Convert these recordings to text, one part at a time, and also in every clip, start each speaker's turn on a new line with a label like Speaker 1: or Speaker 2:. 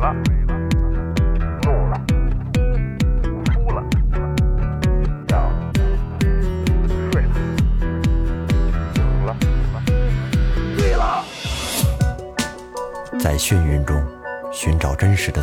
Speaker 1: 了，怒了，哭了，笑了，睡了，醒了，醉了。
Speaker 2: 在眩晕中寻找真实的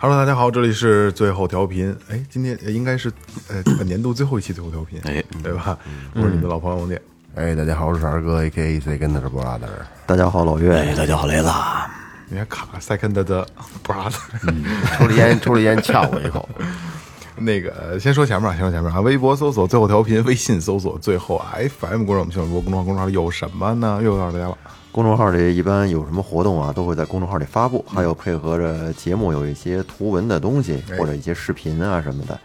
Speaker 3: Hello，大家好，这里是最后调频。哎，今天呃应该是呃本年度最后一期最后调频，哎，对吧？我是你们老朋友王姐。
Speaker 4: 哎，大家好，我是二哥 A K A C 跟他是 brother，
Speaker 2: 大家好，老岳。哎，大家好，雷子。
Speaker 3: 你还卡 second 的 brother，、
Speaker 4: 嗯抽了烟抽了烟呛我一口，
Speaker 3: 那个呃先说前面啊，先说前面啊，微博搜索最后调频，微信搜索最后 FM 公众号我们新浪微博公众号，公众号有什么呢？又告诉大家了，
Speaker 2: 公众号里一般有什么活动啊，都会在公众号里发布，还有配合着节目有一些图文的东西或者一些视频啊什么的。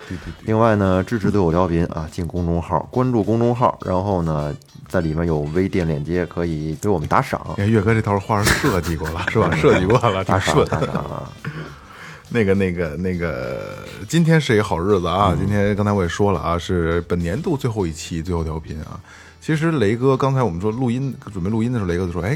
Speaker 2: 另外呢，支持对我调频啊，进公众号，关注公众号，然后呢，在里面有微店链接，可以给我们打赏
Speaker 3: 你，哎看岳哥这套话是设计过了，是吧？设计过了，挺
Speaker 2: 打赏
Speaker 3: 顺。
Speaker 2: 打赏啊。
Speaker 3: 那个、那个、那个，今天是一个好日子啊！
Speaker 5: 嗯
Speaker 3: 今天刚才我也说了啊，是本年度最后一期最后调频啊。其实雷哥刚才我们说录音准备录音的时候，雷哥就说：“哎，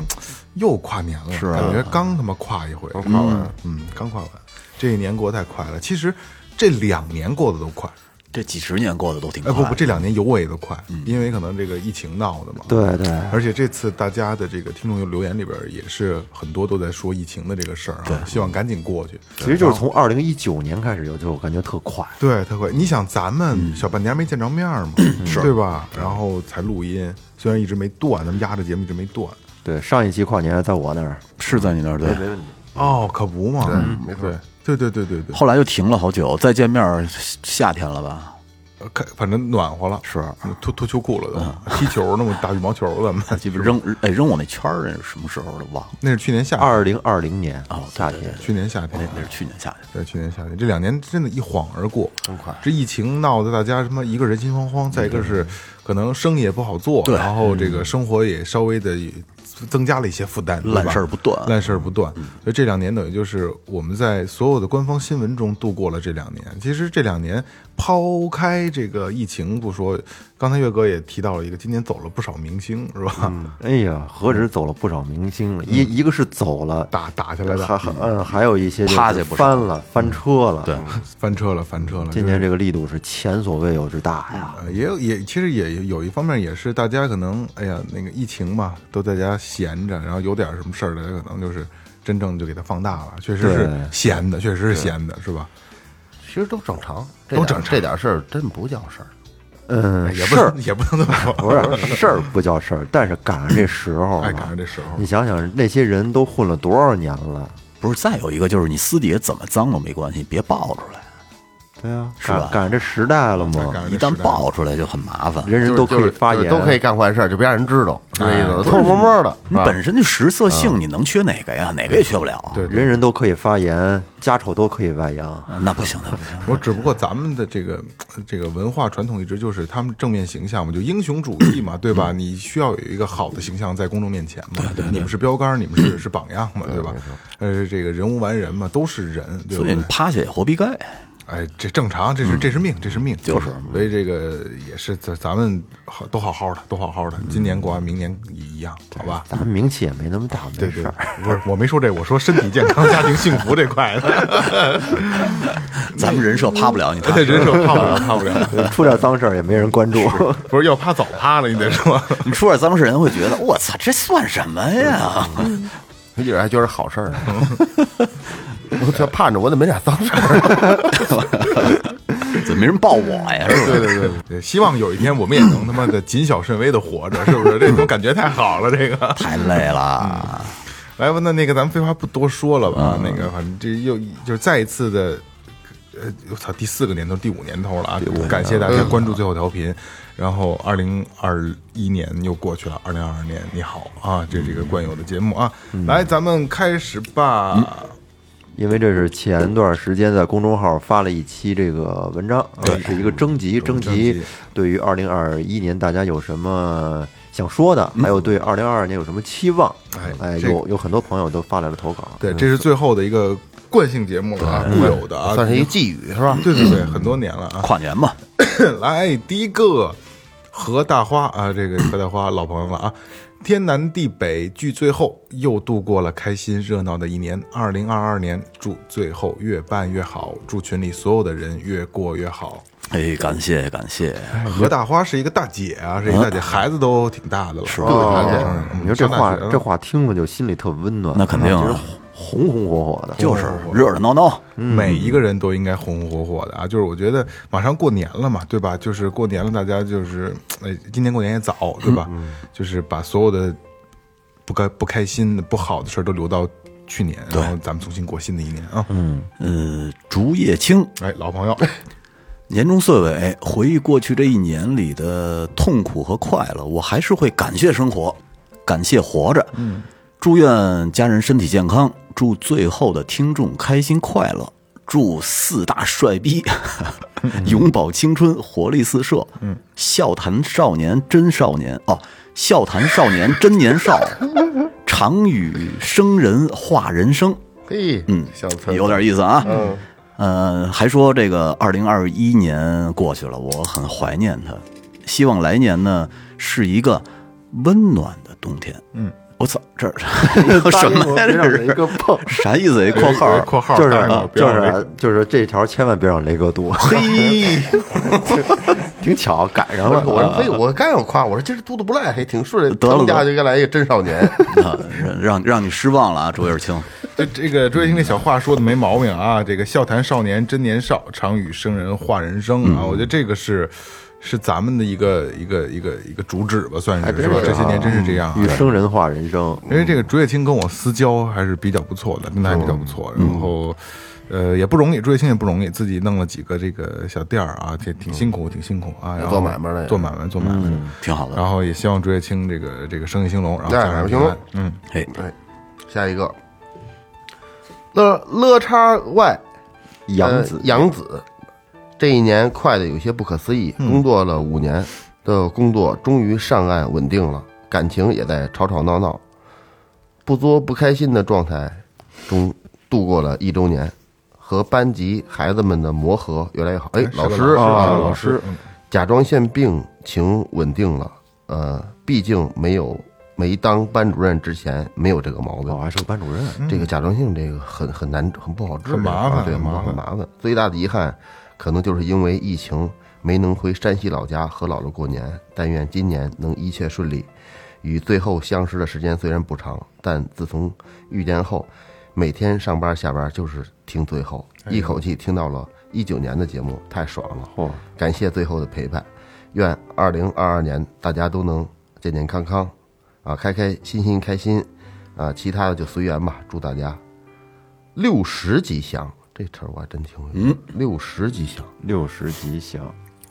Speaker 3: 又跨年了，
Speaker 5: 啊
Speaker 3: 是、感觉刚他妈跨一回，刚跨完，嗯，刚跨完，这一年过得太快了。其实这两年过得都快，
Speaker 5: 这几十年过得都挺
Speaker 3: 哎，
Speaker 5: 快。嗯
Speaker 3: 不不，这两年尤为的快，因为可能这个疫情闹的嘛。
Speaker 2: 对对，
Speaker 3: 而且这次大家的这个听众留言里边也是很多都在说疫情的这个事儿啊，希望赶紧过去。
Speaker 2: 其实就是从二零一九年开始就就感觉特快。
Speaker 3: 对，特快。你想，咱们小半年没见着面儿嘛，嗯对吧？然后才录音，虽然一直没断，咱们压着节目一直没断。
Speaker 2: 对，上一期跨年在我那儿，
Speaker 5: 是在你那儿对。
Speaker 3: 哦，可不嘛，对，没错，对对对对对
Speaker 5: 后来又停了好久，再见面儿夏夏天了吧？
Speaker 3: 呃，看反正暖和了，是嗯脱脱秋裤了都，踢球呢嘛，打羽毛球了嘛，
Speaker 5: 鸡巴扔哎扔我那圈儿，那是什么时候的忘了？
Speaker 3: 那是去年夏，
Speaker 2: 二零二零年夏天。
Speaker 3: 去年夏
Speaker 5: 那
Speaker 3: 天。
Speaker 5: 那是去年夏天。
Speaker 3: 对，去年夏天，这两年真的，一晃而过，真快。嗯这疫情闹得大家什么，一个人心慌慌，再一个是可能生意也不好做，
Speaker 5: 对
Speaker 3: 然后这个生活也稍微的增加了一些负担，对吧
Speaker 5: 烂事儿不
Speaker 2: 啊
Speaker 5: 断
Speaker 3: 烂事儿不
Speaker 2: 嗯
Speaker 3: 断。所以这两年等于就是我们在所有的官方新闻中度过了这两年。其实这两年抛开这个疫情不说，刚才岳哥也提到了一个，今年走了不少明星，是吧？
Speaker 2: 哎呀，何止走了不少明星，一一个是走了，
Speaker 3: 打打下来
Speaker 2: 还
Speaker 3: 的，
Speaker 2: 还嗯，还有一些就是
Speaker 5: 趴下不少
Speaker 2: 翻了，翻车了。对，
Speaker 3: 翻车了，翻车了。
Speaker 2: 今年这个力度是前所未有之大呀。
Speaker 3: 呃也有也其实也有有一方面也是大家可能哎呀那个疫情嘛，都在家闲着，然后有点什么事儿的，可能就是真正就给它放大了，确实是
Speaker 2: 对
Speaker 3: 闲的，确实是闲的，是吧？
Speaker 4: 其实都正常，这
Speaker 3: 都
Speaker 4: 点
Speaker 3: 正常
Speaker 4: 这点事儿真不叫事儿。
Speaker 2: 嗯，
Speaker 3: 哎也不
Speaker 2: 事儿
Speaker 3: 能也不能这么 说，
Speaker 2: 不是事儿不叫事儿，但是赶上这时候
Speaker 3: 哎，
Speaker 2: 了
Speaker 3: 赶上这时候
Speaker 2: 你想想那些人都混了多少年了，
Speaker 5: 不是，再有一个就是你私底下怎么脏都没关系，别爆出来。
Speaker 2: 对呀，
Speaker 5: 是
Speaker 2: 赶
Speaker 5: 吧
Speaker 2: 赶上这时代了
Speaker 3: 哎啊赶
Speaker 2: 嘛，
Speaker 3: 上
Speaker 5: 一
Speaker 3: 这时
Speaker 5: 旦
Speaker 3: 代
Speaker 5: 爆出来就很麻烦。
Speaker 2: 人人都可以发
Speaker 4: 就是
Speaker 2: 言，
Speaker 4: 都可以干坏事儿，就别让人知道，是这意思。
Speaker 5: 不是
Speaker 4: 偷偷摸摸的，
Speaker 5: 你本身就食色性，你能缺哪个呀？哪个也缺不了。
Speaker 3: 对对
Speaker 2: 人人都可以发言，家丑都可以外扬。
Speaker 5: 啊，那不行，那不行。
Speaker 3: 我只不过咱们的这个呃这个文化传统一直就是他们正面形象嘛，就英雄主义嘛，对吧？你需要有一个好的形象在公众面前嘛，你们是标杆，你们是是榜样嘛，对吧？呃，这个人无完人嘛，都是人，对不
Speaker 5: 所以
Speaker 3: 对
Speaker 5: 你？趴下也活逼该。
Speaker 3: 哎，这正常，这是这是命，这是命，
Speaker 5: 就是
Speaker 3: 所以这个也是咱咱们好都好好的，都好好的，今年过完，明年也一样，好吧？
Speaker 2: 咱们名气也没那么大，
Speaker 3: 对
Speaker 2: 没
Speaker 3: 对
Speaker 2: 事儿。，
Speaker 3: 不是我没说这，我说身体健康、家庭幸福这块的，
Speaker 5: 咱们人设趴不了，你
Speaker 3: 这
Speaker 5: 看，
Speaker 3: 人设怕不了，怕不了，
Speaker 2: 出点脏事儿也没人关注。
Speaker 3: 不是要趴早趴了，你得说。
Speaker 5: 你出点脏事，人会觉得我操，这算什么呀？
Speaker 4: 一会儿还觉得是好事儿呢。我就盼着我怎么没点脏事儿？
Speaker 5: 怎么没人抱我呀？是吧？
Speaker 3: 对对对对，希望有一天我们也能他妈的谨小慎微的活着，是不是？这种感觉太好了，这个。
Speaker 5: 太累了。
Speaker 3: 来吧，那那个咱们废话不多说了吧，那个反正这又就是再一次的，呃，我操，第四个年头，第五年头了啊！感谢大家关注最后调频。然后二零二一年又过去了，二零二二嗯年你好啊，这是一个惯有的节目啊，来咱们开始吧。
Speaker 2: 因为这是前段时间在公众号发了一期这个文章，对，是一个征集，征集对于二零二一年大家有什么想说的，还有对二零二二年有什么期望，
Speaker 3: 哎
Speaker 2: 嗯哎，
Speaker 3: 这
Speaker 2: 有有很多朋友都发来了投稿，
Speaker 3: 对，这是最后的一个惯性节目了啊，固有的啊，
Speaker 4: 算是一个寄语是吧？
Speaker 3: 对对对，很多年了啊。
Speaker 5: 跨年嘛，
Speaker 3: 来，第一个何大花啊，这个何大花老朋友了啊。天南地北聚最后，又度过了开心热闹的一年。二零二二年，祝最后越办越好，祝群里所有的人越过越好。
Speaker 5: 哎，感谢感谢，
Speaker 2: 哎
Speaker 3: 何大花是一个大姐啊，是一个大姐，孩子都挺大的了，是吧？
Speaker 2: 你说这
Speaker 3: 上大
Speaker 2: 话
Speaker 3: 学了
Speaker 2: 这话听着就心里特温暖，
Speaker 5: 那肯定啊
Speaker 2: 觉得红红红火火的，
Speaker 5: 就是热热闹闹，
Speaker 3: 每一个人都应该红红火火的啊！就是我觉得马上过年了嘛，对吧？就是过年了，大家就是，哎，今年过年也早，对吧？就是把所有的不该不开心的、不好的事儿都留到去年，然后咱们重新过新的一年啊！嗯，
Speaker 5: 呃，竹叶青，
Speaker 3: 哎，老朋友，
Speaker 5: 年终岁尾，回忆过去这一年里的痛苦和快乐，我还是会感谢生活，感谢活着。嗯，祝愿家人身体健康，祝最后的听众开心快乐，祝四大帅逼 永葆青春，活力四射。嗯，笑谈少年真少年哦，笑谈少年真年少， 常与生人话人生。
Speaker 4: 嘿，嗯，小词儿
Speaker 5: 有点意思啊。嗯，呃，还说这个二零二一年过去了，我很怀念它，希望来年呢是一个温暖的冬天。嗯，我操，这是 什么呀？这
Speaker 2: 一
Speaker 5: 是啊
Speaker 2: 个 碰，
Speaker 5: 啥意思？一括 号
Speaker 3: 哎
Speaker 5: 儿。
Speaker 3: 括号
Speaker 2: 就是
Speaker 3: 大家不
Speaker 2: 就
Speaker 3: 要没
Speaker 2: 是啊就是这条千万别让雷哥读，
Speaker 5: 嘿，
Speaker 2: 挺巧赶上
Speaker 4: 我
Speaker 2: 了。
Speaker 4: 我说嘿，我刚要夸，我说今儿嘟嘟不赖，还挺顺利。
Speaker 5: 得了
Speaker 4: 他们家就该来一个真少年，
Speaker 5: 啊让 让让你失望了啊，周叶青。
Speaker 3: 这这个追星这小话说的没毛病啊！这个笑谈少年真年少，常与生人话人生啊！我觉得这个是是咱们的一个一个一个一个主旨吧，算是是吧？这些年真是这样啊，
Speaker 2: 与生人化人生，
Speaker 5: 呃
Speaker 3: 因为这个竹叶青跟我私交还是比较不错的，真的还比较不
Speaker 4: 嗯
Speaker 3: 错。然后，呃，也不容易，竹叶青也不容易，自己弄了几个这个小店儿啊，挺挺辛苦，挺辛苦啊。然后
Speaker 4: 嗯做买卖的也嗯
Speaker 3: 做买卖，做买卖的，
Speaker 5: 挺好的
Speaker 3: 然后也希望竹叶青这个这个生意兴隆，然后
Speaker 4: 对
Speaker 3: 家人平
Speaker 4: 兴
Speaker 3: 安
Speaker 4: 隆。
Speaker 3: 嗯，
Speaker 5: 嘿，
Speaker 4: 哎，下一个，乐乐叉 Y
Speaker 2: 杨子
Speaker 4: 呃杨子，这一年快得有些不可思议，工作了五年的工作终于上岸稳定了，感情也在吵吵闹闹、不作不开心的状态中度过了一周年，和班级孩子们的磨合越来越好。哎，老师
Speaker 3: 啊，老
Speaker 4: 师，
Speaker 3: 嗯
Speaker 4: 甲状腺病情稳定了，呃，毕竟没有没当班主任之前没有这个毛病
Speaker 2: 哦，。还是个班主任，
Speaker 4: 这个甲状腺这个很很难很不好
Speaker 3: 嗯
Speaker 4: 治，
Speaker 3: 很麻烦
Speaker 4: 啊对，
Speaker 3: 很
Speaker 4: 很
Speaker 3: 麻烦
Speaker 4: 很麻烦。最大的遗憾，可能就是因为疫情没能回山西老家和姥姥过年。但愿今年能一切顺利。与最后相识的时间虽然不长，但自从遇见后，每天上班下班就是听最后，
Speaker 3: 哎
Speaker 4: 一口气听到了一九年的节目，太爽了！
Speaker 2: 嚯，
Speaker 4: 感谢最后的陪伴，愿二零二二年大家都能健健康康，啊，开开心心开心，啊，其他的就随缘吧。祝大家六十吉祥，这词儿我还真听过。嗯，六十吉祥，
Speaker 2: 六十吉祥，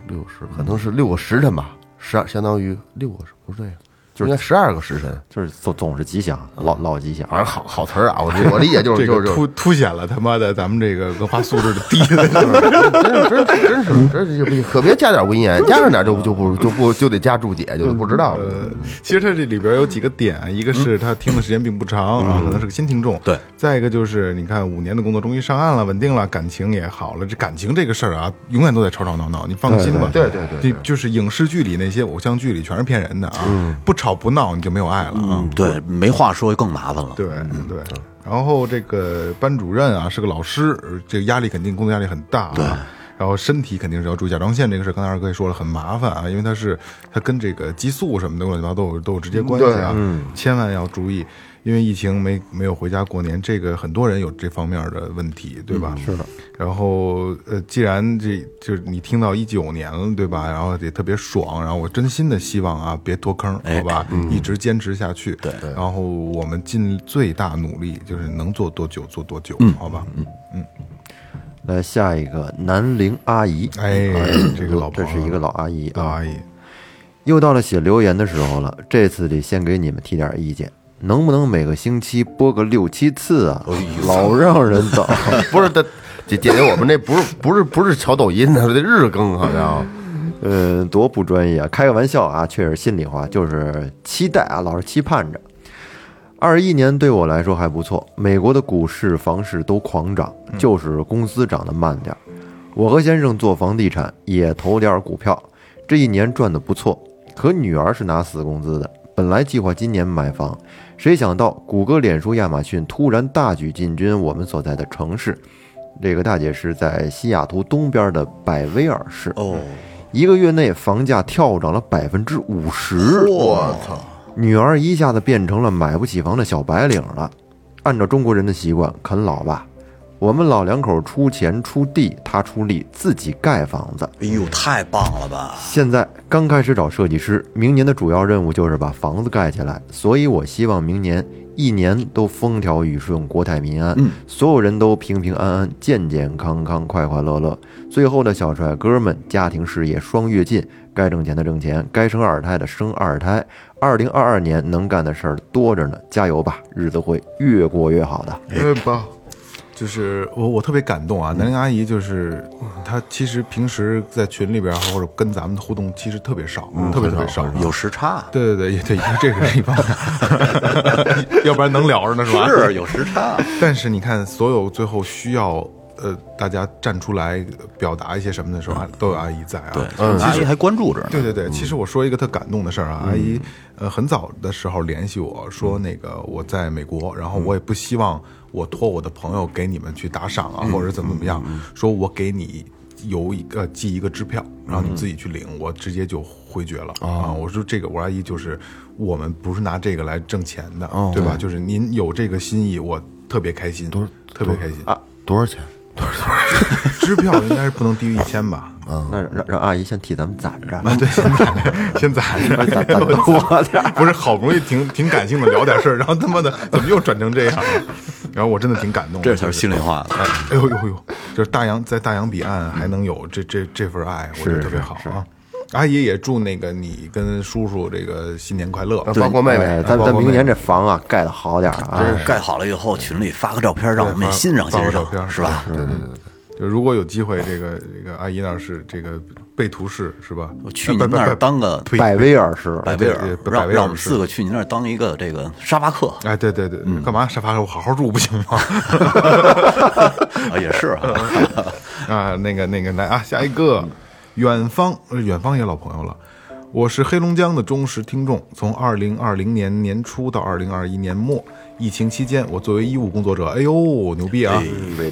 Speaker 4: 六十可能是六个时辰吧，十二相当于六个时，不对，啊应该十二个时辰。
Speaker 2: 就是总总是吉祥，老老吉祥。
Speaker 4: 反正好好词儿啊，我我理解就是
Speaker 3: 这
Speaker 4: 就
Speaker 3: 个
Speaker 4: 是就是
Speaker 3: 凸凸显了他妈的咱们这个文化素质的低的
Speaker 4: 真真真是，真是就不 行，可别加点文言，加上点就就呃不就不就得加注解，就不知道了。
Speaker 3: 其实它这里边有几个点，啊一个
Speaker 4: 嗯
Speaker 3: 是他听的时间并不长，然后可能是个新听众，
Speaker 5: 对
Speaker 3: 再一个就是你看五年的工作终于上岸了，稳定了，感情也好了。这感情这个事儿啊，永远都在吵吵闹闹，你放心吧。
Speaker 4: 对对对对对
Speaker 3: 就就是影视剧里那些偶像剧里全是骗人的啊，
Speaker 4: 嗯
Speaker 3: 不吵不闹你就没有爱了啊。
Speaker 5: 嗯，对，没话说更麻烦了。
Speaker 3: 对对。然后这个班主任啊是个老师，呃这个压力肯定工作压力很大、啊。对。然后身体肯定是要注意，甲状腺这个事儿，刚才二哥也说了很麻烦啊，因为它是它跟这个激素什么的乱七八糟都有都有直接关系啊，千万要注意，因为疫情没没有回家过年，这个很多人有这方面的问题，对吧？嗯是的。然后呃，既然这就是你听到一九年了，对吧？然后也特别爽，然后我真心的希望啊，别脱坑，好吧？一直坚持下去。嗯对。然后我们尽最大努力，就是能做多久做多久，好吧？嗯。
Speaker 2: 来下一个南陵阿姨，啊
Speaker 3: 哎，这个老
Speaker 2: 这是一个老阿姨
Speaker 3: 老
Speaker 2: 啊，
Speaker 3: 阿姨，
Speaker 2: 又到了写留言的时候了，这次得先给你们提点意见。能不能每个星期播个六七次
Speaker 3: 哎
Speaker 2: 啊？老让人 等。
Speaker 4: 不是他，姐姐姐，我们这不是不是不是瞧抖音的，这日更好像。
Speaker 2: 呃，多不专业啊！开个玩笑啊，确实心里话，就是期待啊，老是期盼着。二一年对我来说还不错，美国的股市、房市都狂涨，就是公司涨得慢点儿。我和先生做房地产，也投点儿股票，这一年赚得不错。可女儿是拿死工资的，本来计划今年买房，谁想到谷歌、脸书、亚马逊突然大举进军我们所在的城市。这个大姐是在西雅图东边的百威尔市。
Speaker 5: 哦，
Speaker 2: 一个月内房价跳涨了百分之五十，
Speaker 3: 我操！
Speaker 2: 女儿一下子变成了买不起房的小白领了。按照中国人的习惯，啃老吧，我们老两口出钱出地，她出力，自己盖房子。
Speaker 5: 哎呦，太棒了吧！
Speaker 2: 现在刚开始找设计师，明年的主要任务就是把房子盖起来，所以我希望明年一年都风调雨顺、国泰民安，所有人都平平安安、健健康康、快快乐乐。最后的小帅哥们，家庭事业双跃进，该挣钱的挣钱，该生二胎的生二胎。二零二二年能干的事儿多着呢，加油吧，日子会越过越好的。
Speaker 3: 因为吧，哎就是我我特别感动啊！南玲阿姨就是她，其实平时在群里边儿或者跟咱们的互动其实特别少，特别特别嗯少。
Speaker 5: 有时差，
Speaker 3: 对对对，也对，这个是一方 面，要不然能聊着呢是吧？
Speaker 5: 是有时差。
Speaker 3: 但是你看，所有最后需要呃大家站出来呃表达一些什么的时候，啊都有阿姨在啊。对
Speaker 5: 嗯，阿姨还关注着
Speaker 4: 啊
Speaker 5: 呢。
Speaker 3: 对对
Speaker 4: 嗯
Speaker 3: 对，其实我说一个特感动的事儿啊，阿姨，呃，很早的时候联系我说，那个我在美国，然后我也不希望我托我的朋友给你们去打赏
Speaker 4: 嗯
Speaker 3: 啊，或者怎么怎么样，说我给你邮一个寄一个支票，然后你自己去领，我直接就回绝了
Speaker 4: 哦
Speaker 3: 啊。我说这个，我说阿姨就是我们不是拿这个来挣钱的，
Speaker 4: 哦
Speaker 3: 对吧？就是您有这个心意，我特别开心，特别开心。
Speaker 4: 多少钱？
Speaker 3: 支票应该是不能低于一千吧？
Speaker 2: 那让让阿姨先替咱们攒着，
Speaker 3: 啊，对，先攒，先攒着，
Speaker 2: 攒攒多点儿。
Speaker 3: 不是好不容易挺挺感性的聊点事儿，然后他 妈的怎么又转成这样？然后我真的挺感动的，
Speaker 5: 这才是心里话
Speaker 3: 哎哎呦呦呦，就是大洋在大洋彼岸还能有这这这份爱，我觉得特别好啊。阿姨也祝那个你跟叔叔这个新年快乐，
Speaker 4: 呃
Speaker 3: 呃
Speaker 4: 包括妹
Speaker 2: 哎
Speaker 4: 妹，
Speaker 2: 咱
Speaker 3: 包
Speaker 2: 咱
Speaker 3: 括妹
Speaker 2: 明年这房啊盖的好点儿啊，
Speaker 5: 盖好了以后，群里发个照片，让我们也欣赏
Speaker 3: 发
Speaker 5: 欣
Speaker 3: 个照
Speaker 5: 赏，
Speaker 3: 片
Speaker 5: 是吧？嗯
Speaker 3: 对对对对，就如果有机会，这个这个阿姨那儿是这个被图士是吧？哎
Speaker 5: 我去你们那
Speaker 3: 不
Speaker 5: 儿
Speaker 3: 不不
Speaker 5: 当个
Speaker 3: 呸
Speaker 2: 百威尔士，
Speaker 5: 百威
Speaker 3: 对
Speaker 5: 尔，
Speaker 3: 对百
Speaker 5: 让
Speaker 3: 威尔
Speaker 5: 让我们
Speaker 3: 是
Speaker 5: 四个去你那儿当一个这个沙 发客
Speaker 3: 哎，对对对，干嘛沙发我好好住不行吗？
Speaker 5: 啊，也是啊。
Speaker 3: 啊，那个那个来啊，下一个，远方，呃远方也老朋友了。我是黑龙江的忠实听众，从二零二零年年初到二零二一年末，疫情期间，我作为医务工作者，哎呦，牛逼啊！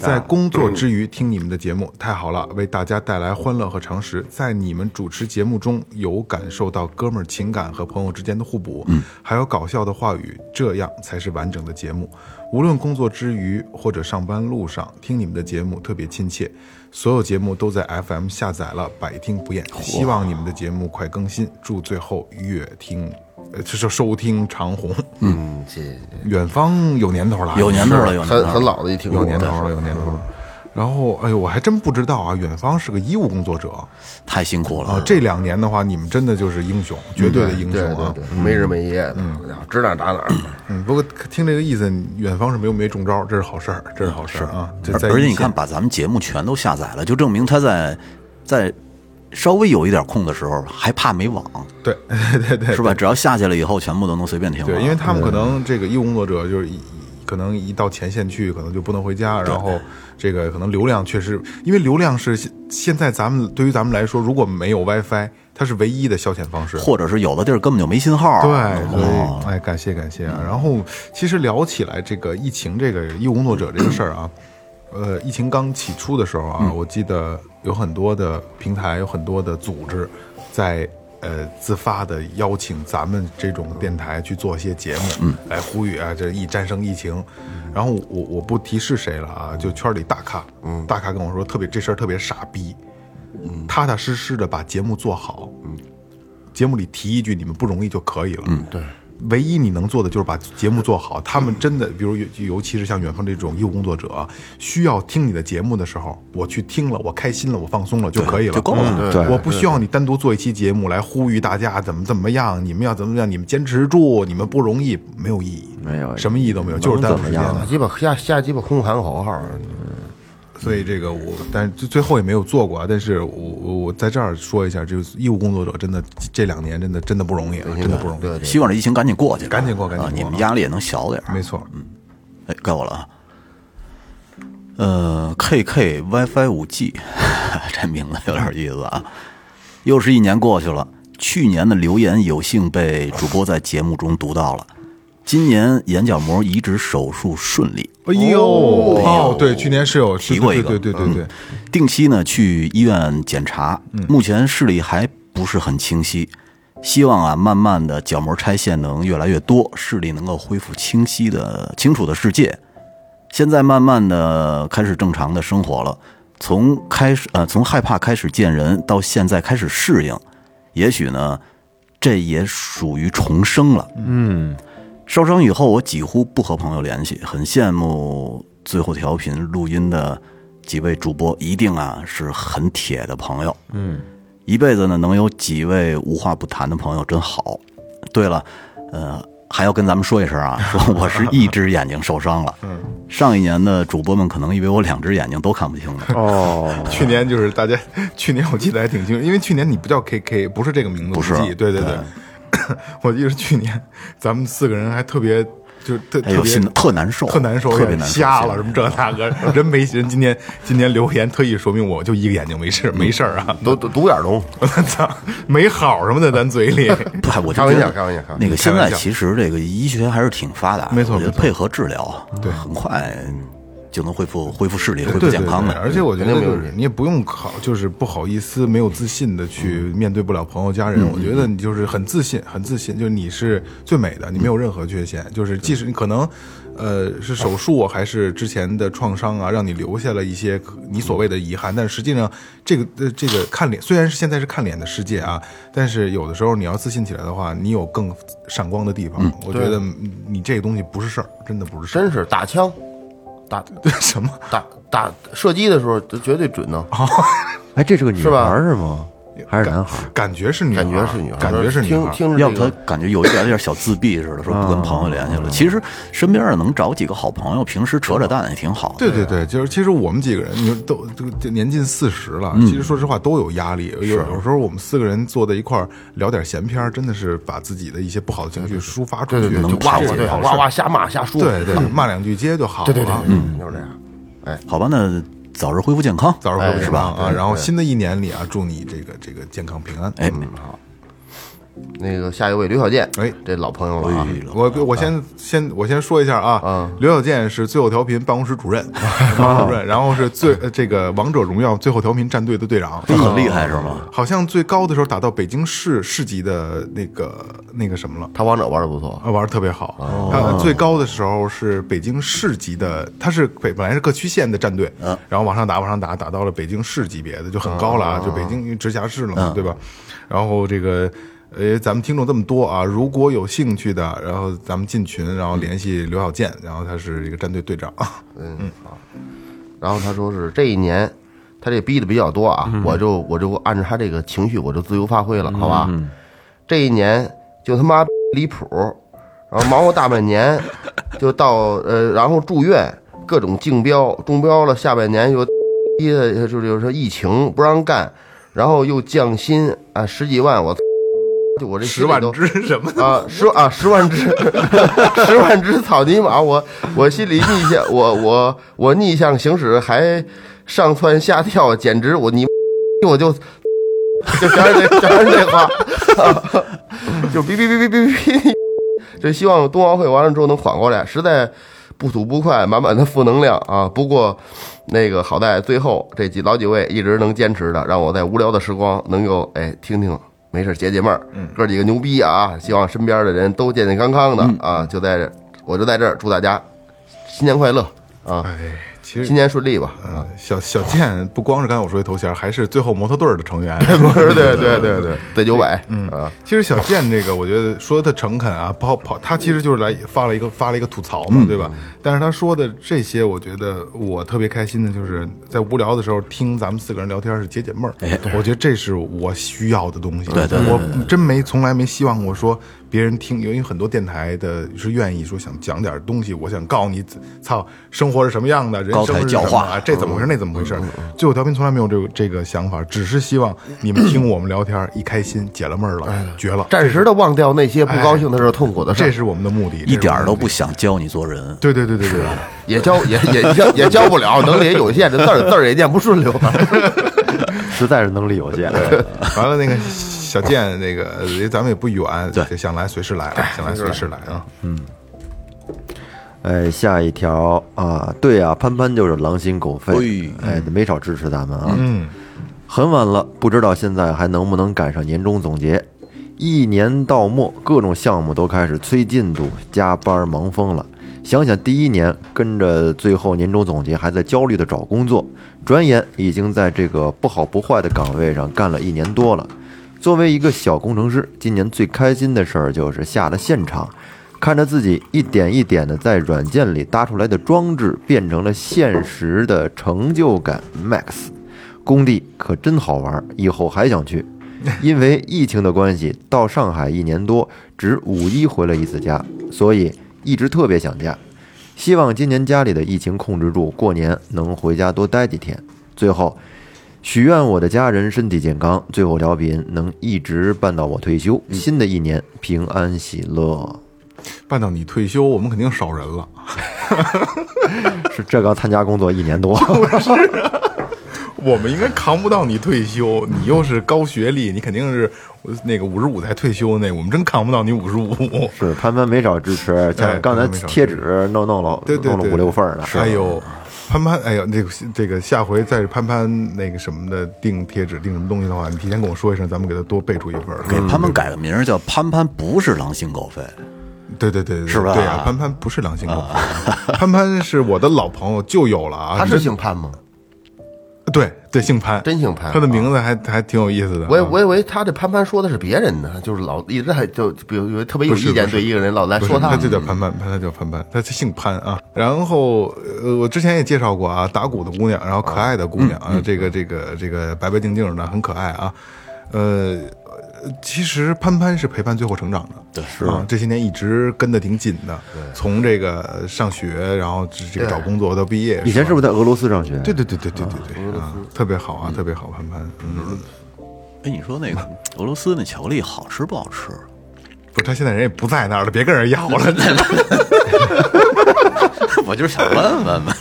Speaker 3: 在工作之余听你们的节目，太好了，为大家带来欢乐和常识。在你们主持节目中，有感受到哥们儿情感和朋友之间的互补，还有搞笑的话语，这样才是完整的节目。无论工作之余或者上班路上，听你们的节目特别亲切。所有节目都在 FM 下载了，百听不厌。希望你们的节目快更新，祝最后越听，呃，就是收听长虹。
Speaker 4: 嗯，这
Speaker 3: 远方有年头了，
Speaker 5: 有年头了，有年头
Speaker 4: 很
Speaker 5: 了
Speaker 4: 很。老的一听众
Speaker 3: 有
Speaker 4: 了，
Speaker 3: 年头了，有年头了。然后，哎呦，我还真不知道啊，远方是个医务工作者啊、
Speaker 5: 太辛苦了。
Speaker 3: 哦这两年的话，你们真的就是英雄，绝对的英雄
Speaker 4: 对
Speaker 3: 啊。
Speaker 4: 对对，没日没夜的，然后指哪打哪儿。
Speaker 3: 嗯，不过听这个意思，远方是没有没中招，这是好事儿，这是好事儿啊。这
Speaker 5: 而
Speaker 3: 在
Speaker 5: 而且
Speaker 3: 一
Speaker 5: 你看，
Speaker 3: 线，
Speaker 5: 把咱们节目全都下载了，就证明他在在稍微有一点空的时候，还怕没网，
Speaker 3: 对 对对
Speaker 5: 是吧？只要下去了以后，全部都能随便听了。
Speaker 3: 对，因为他们可能这个医务工作者就是一。可能一到前线去，可能就不能回家。然后，这个可能流量确实，因为流量是现现在咱们对于咱们来说，如果没有 WiFi，它是唯一的消遣方式。
Speaker 5: 或者是有的地儿根啊哦本就没信号。
Speaker 3: 对，所以哎，感谢感谢啊。然后其实聊起来这个疫情，这个医务工作者这个事儿啊，呃，疫情刚起初的时候啊，我记得有很多的平台，有很多的组织在。呃，自发的邀请咱们这种电台去做一些节目，来呼吁啊，这一战胜疫情。然后我我不提示谁了啊，就圈里大咖，大咖跟我说特别这事儿特别傻逼，踏踏实实的把节目做好，节目里提一句你们不容易就可以了。嗯，对。唯一你能做的就是把节目做好。他们真的，比如尤尤其是像远方这种义务工作者啊，需要听你的节目的时候，我去听了，我开心了，我放松了就可以了，
Speaker 5: 就够了
Speaker 3: 嗯
Speaker 2: 对
Speaker 3: 我不需要你单独做一期节目来呼吁大家怎么怎么样，你们要怎么样，你们坚持住，你们不容易，没有意义，
Speaker 2: 没有
Speaker 3: 什么意义都没有，就是
Speaker 2: 能
Speaker 3: 耽误
Speaker 2: 怎么
Speaker 3: 时间
Speaker 2: 样
Speaker 3: 了
Speaker 4: 下鸡巴下下鸡巴空喊口号，
Speaker 3: 所以这个我，但是最最后也没有做过啊。但是我我我在这儿说一下，就是义务工作者真的这两年真的真的不容易啊，
Speaker 5: 嗯
Speaker 3: 真的不容易。
Speaker 4: 对对，
Speaker 5: 希望这疫情赶紧过去吧，
Speaker 3: 赶紧过赶紧
Speaker 5: 啊
Speaker 3: 过
Speaker 5: 你们
Speaker 3: 啊
Speaker 5: 压力也能小点儿。
Speaker 3: 没错，
Speaker 5: 哎，该我了啊。呃，KK WiFi 五 G，这 名字有点意思啊。又是一年过去了，去年的留言有幸被主播在节目中读到了。今年眼角膜移植手术顺利，
Speaker 3: 哎呦，哦，对，去年是有
Speaker 5: 提过一个嗯
Speaker 3: 对对对对嗯对，
Speaker 5: 定期呢去医院检查，目前视力还不是很清晰，希望啊慢慢的角膜拆卸能越来越多，视力能够恢复清晰的清楚的世界。现在慢慢的开始正常的生活了，从开始呃从害怕开始见人，到现在开始适应，也许呢这也属于重生了。烧伤以后，我几乎不和朋友联系，很羡慕最后调频录音的几位主播，一定啊是很铁的朋友。嗯，一辈子呢能有几位无话不谈的朋友真好。对了，呃，还要跟咱们说一声 啊，说我是一只眼睛受伤了。嗯，上一年的主播们可能以为我两只眼睛都看不清了。嗯
Speaker 2: 哦，
Speaker 3: 去年就是大家， 去年我记得还挺清楚，因为去年你不叫 KK，不是这个名字，
Speaker 5: 不是
Speaker 3: 我记对对对， 我记得去年咱们四个人还特别就特
Speaker 5: 哎
Speaker 3: 特
Speaker 5: 呦，
Speaker 3: 别
Speaker 5: 心特难受，啊
Speaker 3: 特难受，
Speaker 5: 特别
Speaker 3: 有点
Speaker 5: 难受，
Speaker 3: 瞎了什么这那个，人没人今天今天留言特意说明我就一个眼睛没
Speaker 5: 嗯
Speaker 3: 事没事儿啊，
Speaker 4: 都都独眼龙，
Speaker 3: 我操，没好什么的，咱嘴里。
Speaker 5: 不，我就
Speaker 4: 开玩
Speaker 5: 觉
Speaker 4: 笑
Speaker 5: 得
Speaker 4: 开玩笑开玩笑
Speaker 5: 那个
Speaker 3: 开
Speaker 5: 现
Speaker 3: 玩
Speaker 5: 在
Speaker 3: 笑
Speaker 5: 其实这个医学还是挺发达的，
Speaker 3: 没错
Speaker 5: 我觉得
Speaker 3: 没错
Speaker 5: 配合治疗，对，很快就能恢复恢复视力，恢复健康
Speaker 3: 对对对而
Speaker 5: 的。
Speaker 3: 且我觉得
Speaker 4: 肯定没
Speaker 3: 就
Speaker 4: 问题
Speaker 3: 是你也不用考，就是不好意思、没有自信的去面对不了朋友、家人。我觉得你就是很自信，很自信，就是你是最美的，你没有任何缺陷。就是即使你可能，呃，是手术啊还是之前的创伤啊，让你留下了一些可你所谓的遗憾，但实际上这个呃这个看脸，虽然是现在是看脸的世界啊，但是有的时候你要自信起来的话，你有更闪光的地方。我觉得你这个东西不是事儿，真的不是事儿。
Speaker 4: 真是打枪，打
Speaker 3: 对 什么？
Speaker 4: 打打射击的时候这绝对准呢，
Speaker 3: 啊
Speaker 2: 哎，这是个女
Speaker 4: 是
Speaker 2: 孩
Speaker 4: 吧
Speaker 2: 儿是吗？还是男孩儿？
Speaker 3: 感觉是女孩儿，
Speaker 4: 感觉是女孩，
Speaker 3: 感觉是女
Speaker 4: 听
Speaker 3: 孩儿。
Speaker 4: 听
Speaker 5: 要
Speaker 4: 着
Speaker 5: 不
Speaker 4: 这
Speaker 5: 他
Speaker 4: 个
Speaker 5: 感觉有一点有点小自闭似的，说
Speaker 3: 嗯
Speaker 5: 不跟朋友联系了。其实身边儿能找几个好朋友，平时扯扯淡也挺好的。
Speaker 3: 对对对，就是其实我们几个人，你说都这个年近四十了，
Speaker 4: 嗯
Speaker 3: 其实说实话都有压力。有有时候我们四个人坐在一块儿聊点闲篇儿，真的是把自己的一些不好的情绪抒发出去，
Speaker 5: 对对
Speaker 3: 就
Speaker 5: 能
Speaker 4: 哇
Speaker 5: 这
Speaker 4: 我
Speaker 5: 是
Speaker 4: 对
Speaker 5: 好事
Speaker 4: 哇哇瞎骂瞎说，
Speaker 3: 对对，骂两句街就好了。
Speaker 4: 嗯对对对，嗯，就是这样。
Speaker 5: 好吧，那早日恢复健康。
Speaker 3: 早日恢复
Speaker 4: 哎
Speaker 3: 健康
Speaker 4: 是吧
Speaker 3: 啊！
Speaker 4: 对
Speaker 3: 然后新的一年里啊，祝你这个这个健康平安。嗯
Speaker 5: 哎，
Speaker 4: 那个下一位刘小健，
Speaker 3: 哎
Speaker 4: 这老朋友了啊，
Speaker 3: 我我先先我先说一下啊，刘小健是最后调频办公室主任，办公室主任，然后是最呃这个王者荣耀最后调频战队的队长，
Speaker 5: 这很厉害是吗？
Speaker 3: 好像最高的时候打到北京市市级的那个那个什么了。
Speaker 4: 他王者玩的不错，
Speaker 3: 啊，玩的特别好。他最高的时候是北京市级的，他是北本来是各区县的战队，然后往上打，往上打，打到了北京市级别的，就很高了啊，就北京直辖市了嘛，对吧？然后这个。呃，咱们听众这么多啊，如果有兴趣的，然后咱们进群，然后联系刘小健，然后他是一个战队队长。
Speaker 4: 然后他说是这一年，他这逼的比较多啊，
Speaker 3: 嗯
Speaker 4: 我就我就按照他这个情绪，我就自由发挥了，好吧？
Speaker 3: 嗯
Speaker 4: 这一年就他妈离谱，然后忙活大半年，就到呃，然后住院，各种竞标中标了，下半年又一就是就是说疫情不让干，然后又降薪啊，十几万，我就我这
Speaker 3: 十万
Speaker 4: 心里都
Speaker 3: 只什么的？
Speaker 4: 啊，十啊十万只， 十万只草泥马，我我心里逆向，我我我逆向行驶，还上蹿下跳，简直我你我就就全是这全是这话， 就哔哔哔哔哔哔，就希望冬奥会完了之后能缓过来，实在不吐不快，满满的负能量啊！不过那个好在最后这几老几位一直能坚持的，让我在无聊的时光能够哎听听。没事，解解闷儿。哥几个牛逼啊！希望身边的人都嗯健健康康的啊！就在这，我就在这儿祝大家新年快乐啊！
Speaker 3: 哎，其实
Speaker 4: 今年顺利吧。
Speaker 3: 啊，小小健不光是刚才我说的头衔，还是最后摩托队儿的成员。
Speaker 4: 对对对对对，得九百，嗯啊，
Speaker 3: 其实小健这个，我觉得说他诚恳啊，跑跑，他其实就是来发了一个发了一个吐槽嘛，对吧？但是他说的这些，我觉得我特别开心的就是在无聊的时候听咱们四个人聊天是解解闷儿，我觉得这是我需要的东西。哎对对，我真没从来没希望过说别人听，因为很多电台的是愿意说想讲点东西，我想告诉你，操，生活是什么样的，人
Speaker 5: 高
Speaker 3: 生
Speaker 5: 台
Speaker 3: 是
Speaker 5: 教
Speaker 3: 什么
Speaker 5: 化
Speaker 3: 啊，这怎么回事？那怎么回事？最后调频从来没有这个这个想法，只是希望你们听我们聊天一开心，解了闷儿了，绝了。
Speaker 4: 暂时的忘掉那些不高兴的事儿、哎痛苦的事
Speaker 3: 哎这
Speaker 4: 儿，
Speaker 3: 是我们的目的，
Speaker 5: 一点儿都
Speaker 3: 这
Speaker 5: 不想教你做人。
Speaker 3: 是我们的目的。对啊对对对对，
Speaker 4: 也教也也教也教不了，能力也有限，这字儿字儿也念不顺溜。
Speaker 2: 实在是能力有限。
Speaker 3: 完了那个小健，那个离咱们也不远，
Speaker 5: 对
Speaker 3: 想来随时来啊，想来随时来啊。
Speaker 2: 哎，下一条啊，对啊，潘潘就是狼心狗肺，哎，没少支持咱们啊。
Speaker 3: 嗯，
Speaker 2: 很晚了，不知道现在还能不能赶上年终总结。一年到末，各种项目都开始催进度，加班忙疯了。想想第一年跟着最后年终总结，还在焦虑的找工作，转眼已经在这个不好不坏的岗位上干了一年多了。作为一个小工程师，今年最开心的事儿就是下了现场，看着自己一点一点的在软件里搭出来的装置变成了现实的成就感 max。工地可真好玩，以后还想去。因为疫情的关系，到上海一年多，只五一回了一次家，所以一直特别想家。希望今年家里的疫情控制住，过年能回家多待几天。最后，许愿我的家人身体健康，最后调频能一直伴到我退休。新的一年平安喜乐，
Speaker 3: 办到你退休，我们肯定少人了。
Speaker 2: 是这刚参加工作一年多，
Speaker 3: 我们应该扛不到你退 休，你又是高学历，你肯定是那个五十五才退休那，我们真扛不到你五十五。
Speaker 2: 是潘潘没少支持，像刚才
Speaker 3: 潘潘没少支持
Speaker 2: 贴纸弄弄了，
Speaker 3: 对对对，
Speaker 2: 弄了五六份儿呢。
Speaker 3: 哎呦，潘潘，哎呦，这个这个，下回再是潘潘那个什么的订贴纸、订什么东西的话，你提前跟我说一声，咱们给他多备出一份儿。
Speaker 5: 给潘潘改个名儿叫潘潘，不是狼心狗肺。
Speaker 3: 嗯对对对，对
Speaker 5: 是吧
Speaker 3: 对啊，潘潘不是良心狗肺， 潘潘是我的老朋友，旧友了啊。
Speaker 4: 他是
Speaker 3: 真
Speaker 4: 姓潘吗？
Speaker 3: 对对姓潘，
Speaker 4: 真姓潘
Speaker 3: 他的名字还还挺有意思的啊。
Speaker 4: 我我以为他这潘潘说的是别人呢，就是老一直在就比如有特别有
Speaker 3: 不是
Speaker 4: 意见
Speaker 3: 不是
Speaker 4: 对一个人老来
Speaker 3: 不是
Speaker 4: 说他
Speaker 3: 他就叫潘潘，他叫潘潘，他姓潘啊。然后，呃，我之前也介绍过啊，打鼓的姑娘，然后可爱的姑娘啊，这个这个这个白白净净的，很可爱啊。呃，其实潘潘是陪伴最后成长的，对，是啊，这些年一直跟的挺紧的，从这个上学，然后这个找工作到毕业，
Speaker 2: 以前是不是在俄罗斯上学？
Speaker 3: 对对对对对对对啊，特别好啊，特别好，潘潘，嗯，
Speaker 5: 哎，你说那个俄罗斯那巧克力好吃不好吃？
Speaker 3: 不是他现在人也不在那儿了，别跟人要了，
Speaker 5: 我就是想问问嘛。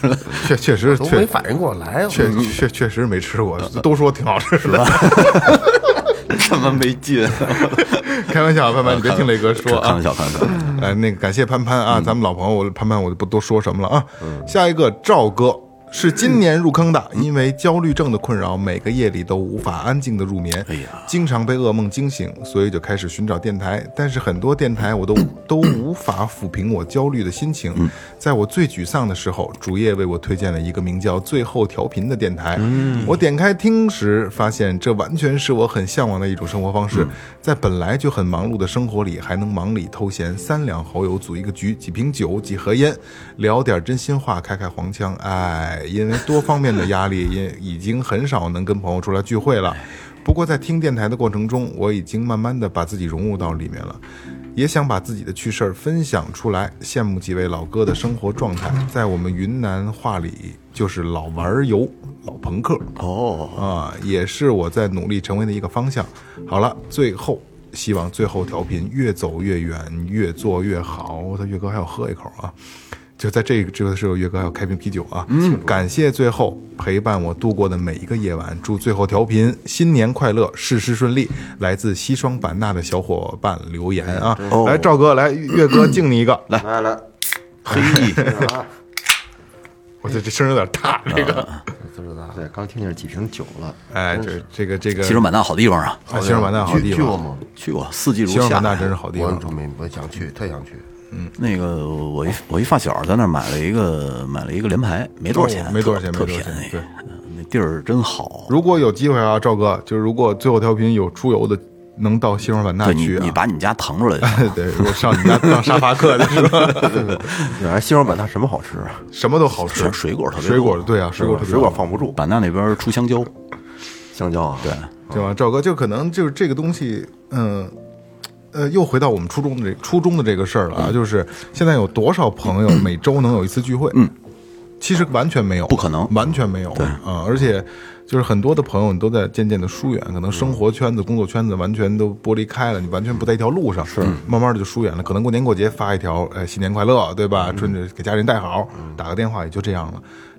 Speaker 3: 确确实
Speaker 4: 都
Speaker 3: 确
Speaker 4: 没反应过来。
Speaker 3: 确确确实没吃过，都说挺好吃是吧？
Speaker 5: 他妈没劲！啊
Speaker 3: 开玩笑，潘潘，你别听雷哥说
Speaker 5: 开玩
Speaker 3: 啊。
Speaker 5: 笑，开玩笑。
Speaker 3: 哎，那个感谢潘潘啊，咱们老朋友潘潘，我就不多说什么了啊。下一个赵哥是今年入坑的，因为焦虑症的困扰，每个夜里都无法安静的入眠，
Speaker 5: 哎呀
Speaker 3: 经常被噩梦惊醒，所以就开始寻找电台。但是很多电台我都都无法抚平我焦虑的心情。在我最沮丧的时候，主页为我推荐了一个名叫“最后调频”的电台。啊我点开听时，发现这完全是我很向往的一种生活方式。在本来就很忙碌的生活里，还能忙里偷闲，三两好友组一个局，几瓶酒，几盒烟，聊点真心话，开开黄腔。哎，因为多方面的压力，也已经很少能跟朋友出来聚会了。不过在听电台的过程中，我已经慢慢的把自己融入到里面了，也想把自己的趣事儿分享出来。羡慕几位老哥的生活状态，在我们云南话里就是老玩儿油、老朋克
Speaker 5: 哦，
Speaker 3: 啊，也是我在努力成为的一个方向。好了，最后希望最后调频越走越远，越做越好。我的岳哥还要喝一口啊！就在这个这个时候，岳哥还要开瓶啤酒啊！嗯，感谢最后陪伴我度过的每一个夜晚，祝最后调频新年快乐，事事顺利。来自西双版纳的小伙伴留言啊，来赵哥，来岳哥敬你一个，来，
Speaker 2: 来来，
Speaker 5: 嘿，
Speaker 3: 我这这声儿有点大，这个，
Speaker 2: 对，刚听见几瓶酒了。
Speaker 3: 哎，这这个这个，
Speaker 5: 西双版纳好地方啊，
Speaker 3: 啊西双版纳好地
Speaker 4: 去去过
Speaker 3: 方，
Speaker 4: 吗？
Speaker 5: 去过，四季如
Speaker 3: 西双
Speaker 5: 夏
Speaker 3: 版。纳真是好地
Speaker 4: 我
Speaker 3: 方。
Speaker 4: 没我想去，特想去。
Speaker 5: 嗯，那个我一我一发小在那儿买了一个买了一个联排，没多少钱，
Speaker 3: 哦没多少钱
Speaker 5: 特
Speaker 3: 没
Speaker 5: 特
Speaker 3: 多
Speaker 5: 便
Speaker 3: 少钱
Speaker 5: 宜
Speaker 3: 对。
Speaker 5: 嗯那地儿真好，
Speaker 3: 如果有机会啊，赵哥，就是如果最后调频有出游的，能到西双版纳
Speaker 5: 对你
Speaker 3: 去、啊
Speaker 5: 你把你们家腾出来就行。
Speaker 3: 对对，我上你家当沙发客去是吧？
Speaker 2: 哎，西双版纳什么好吃啊？
Speaker 3: 什么都好吃，
Speaker 5: 全水果特别多
Speaker 3: 水果对啊，水果特别
Speaker 2: 水果
Speaker 3: 多
Speaker 2: 放不住，
Speaker 5: 版纳那边出香蕉，
Speaker 2: 香蕉啊，对，
Speaker 3: 对吧？赵哥，就可能就是这个东西，嗯。呃，又回到我们初中的这初中的这个事儿了啊，
Speaker 5: 嗯
Speaker 3: 就是现在有多少朋友每周能有一次聚会？嗯，其实完全没有，
Speaker 5: 不可能
Speaker 3: 完全没有。对啊、而且就是很多的朋友，你都在渐渐的疏远，可能生活圈子、工作圈子完全都剥离开了，你完全不在一条路上，是嗯慢慢的就疏远了。可能过年过节发一条，哎，新年快乐，对吧？春节给家人带好，打个电话也就这样了。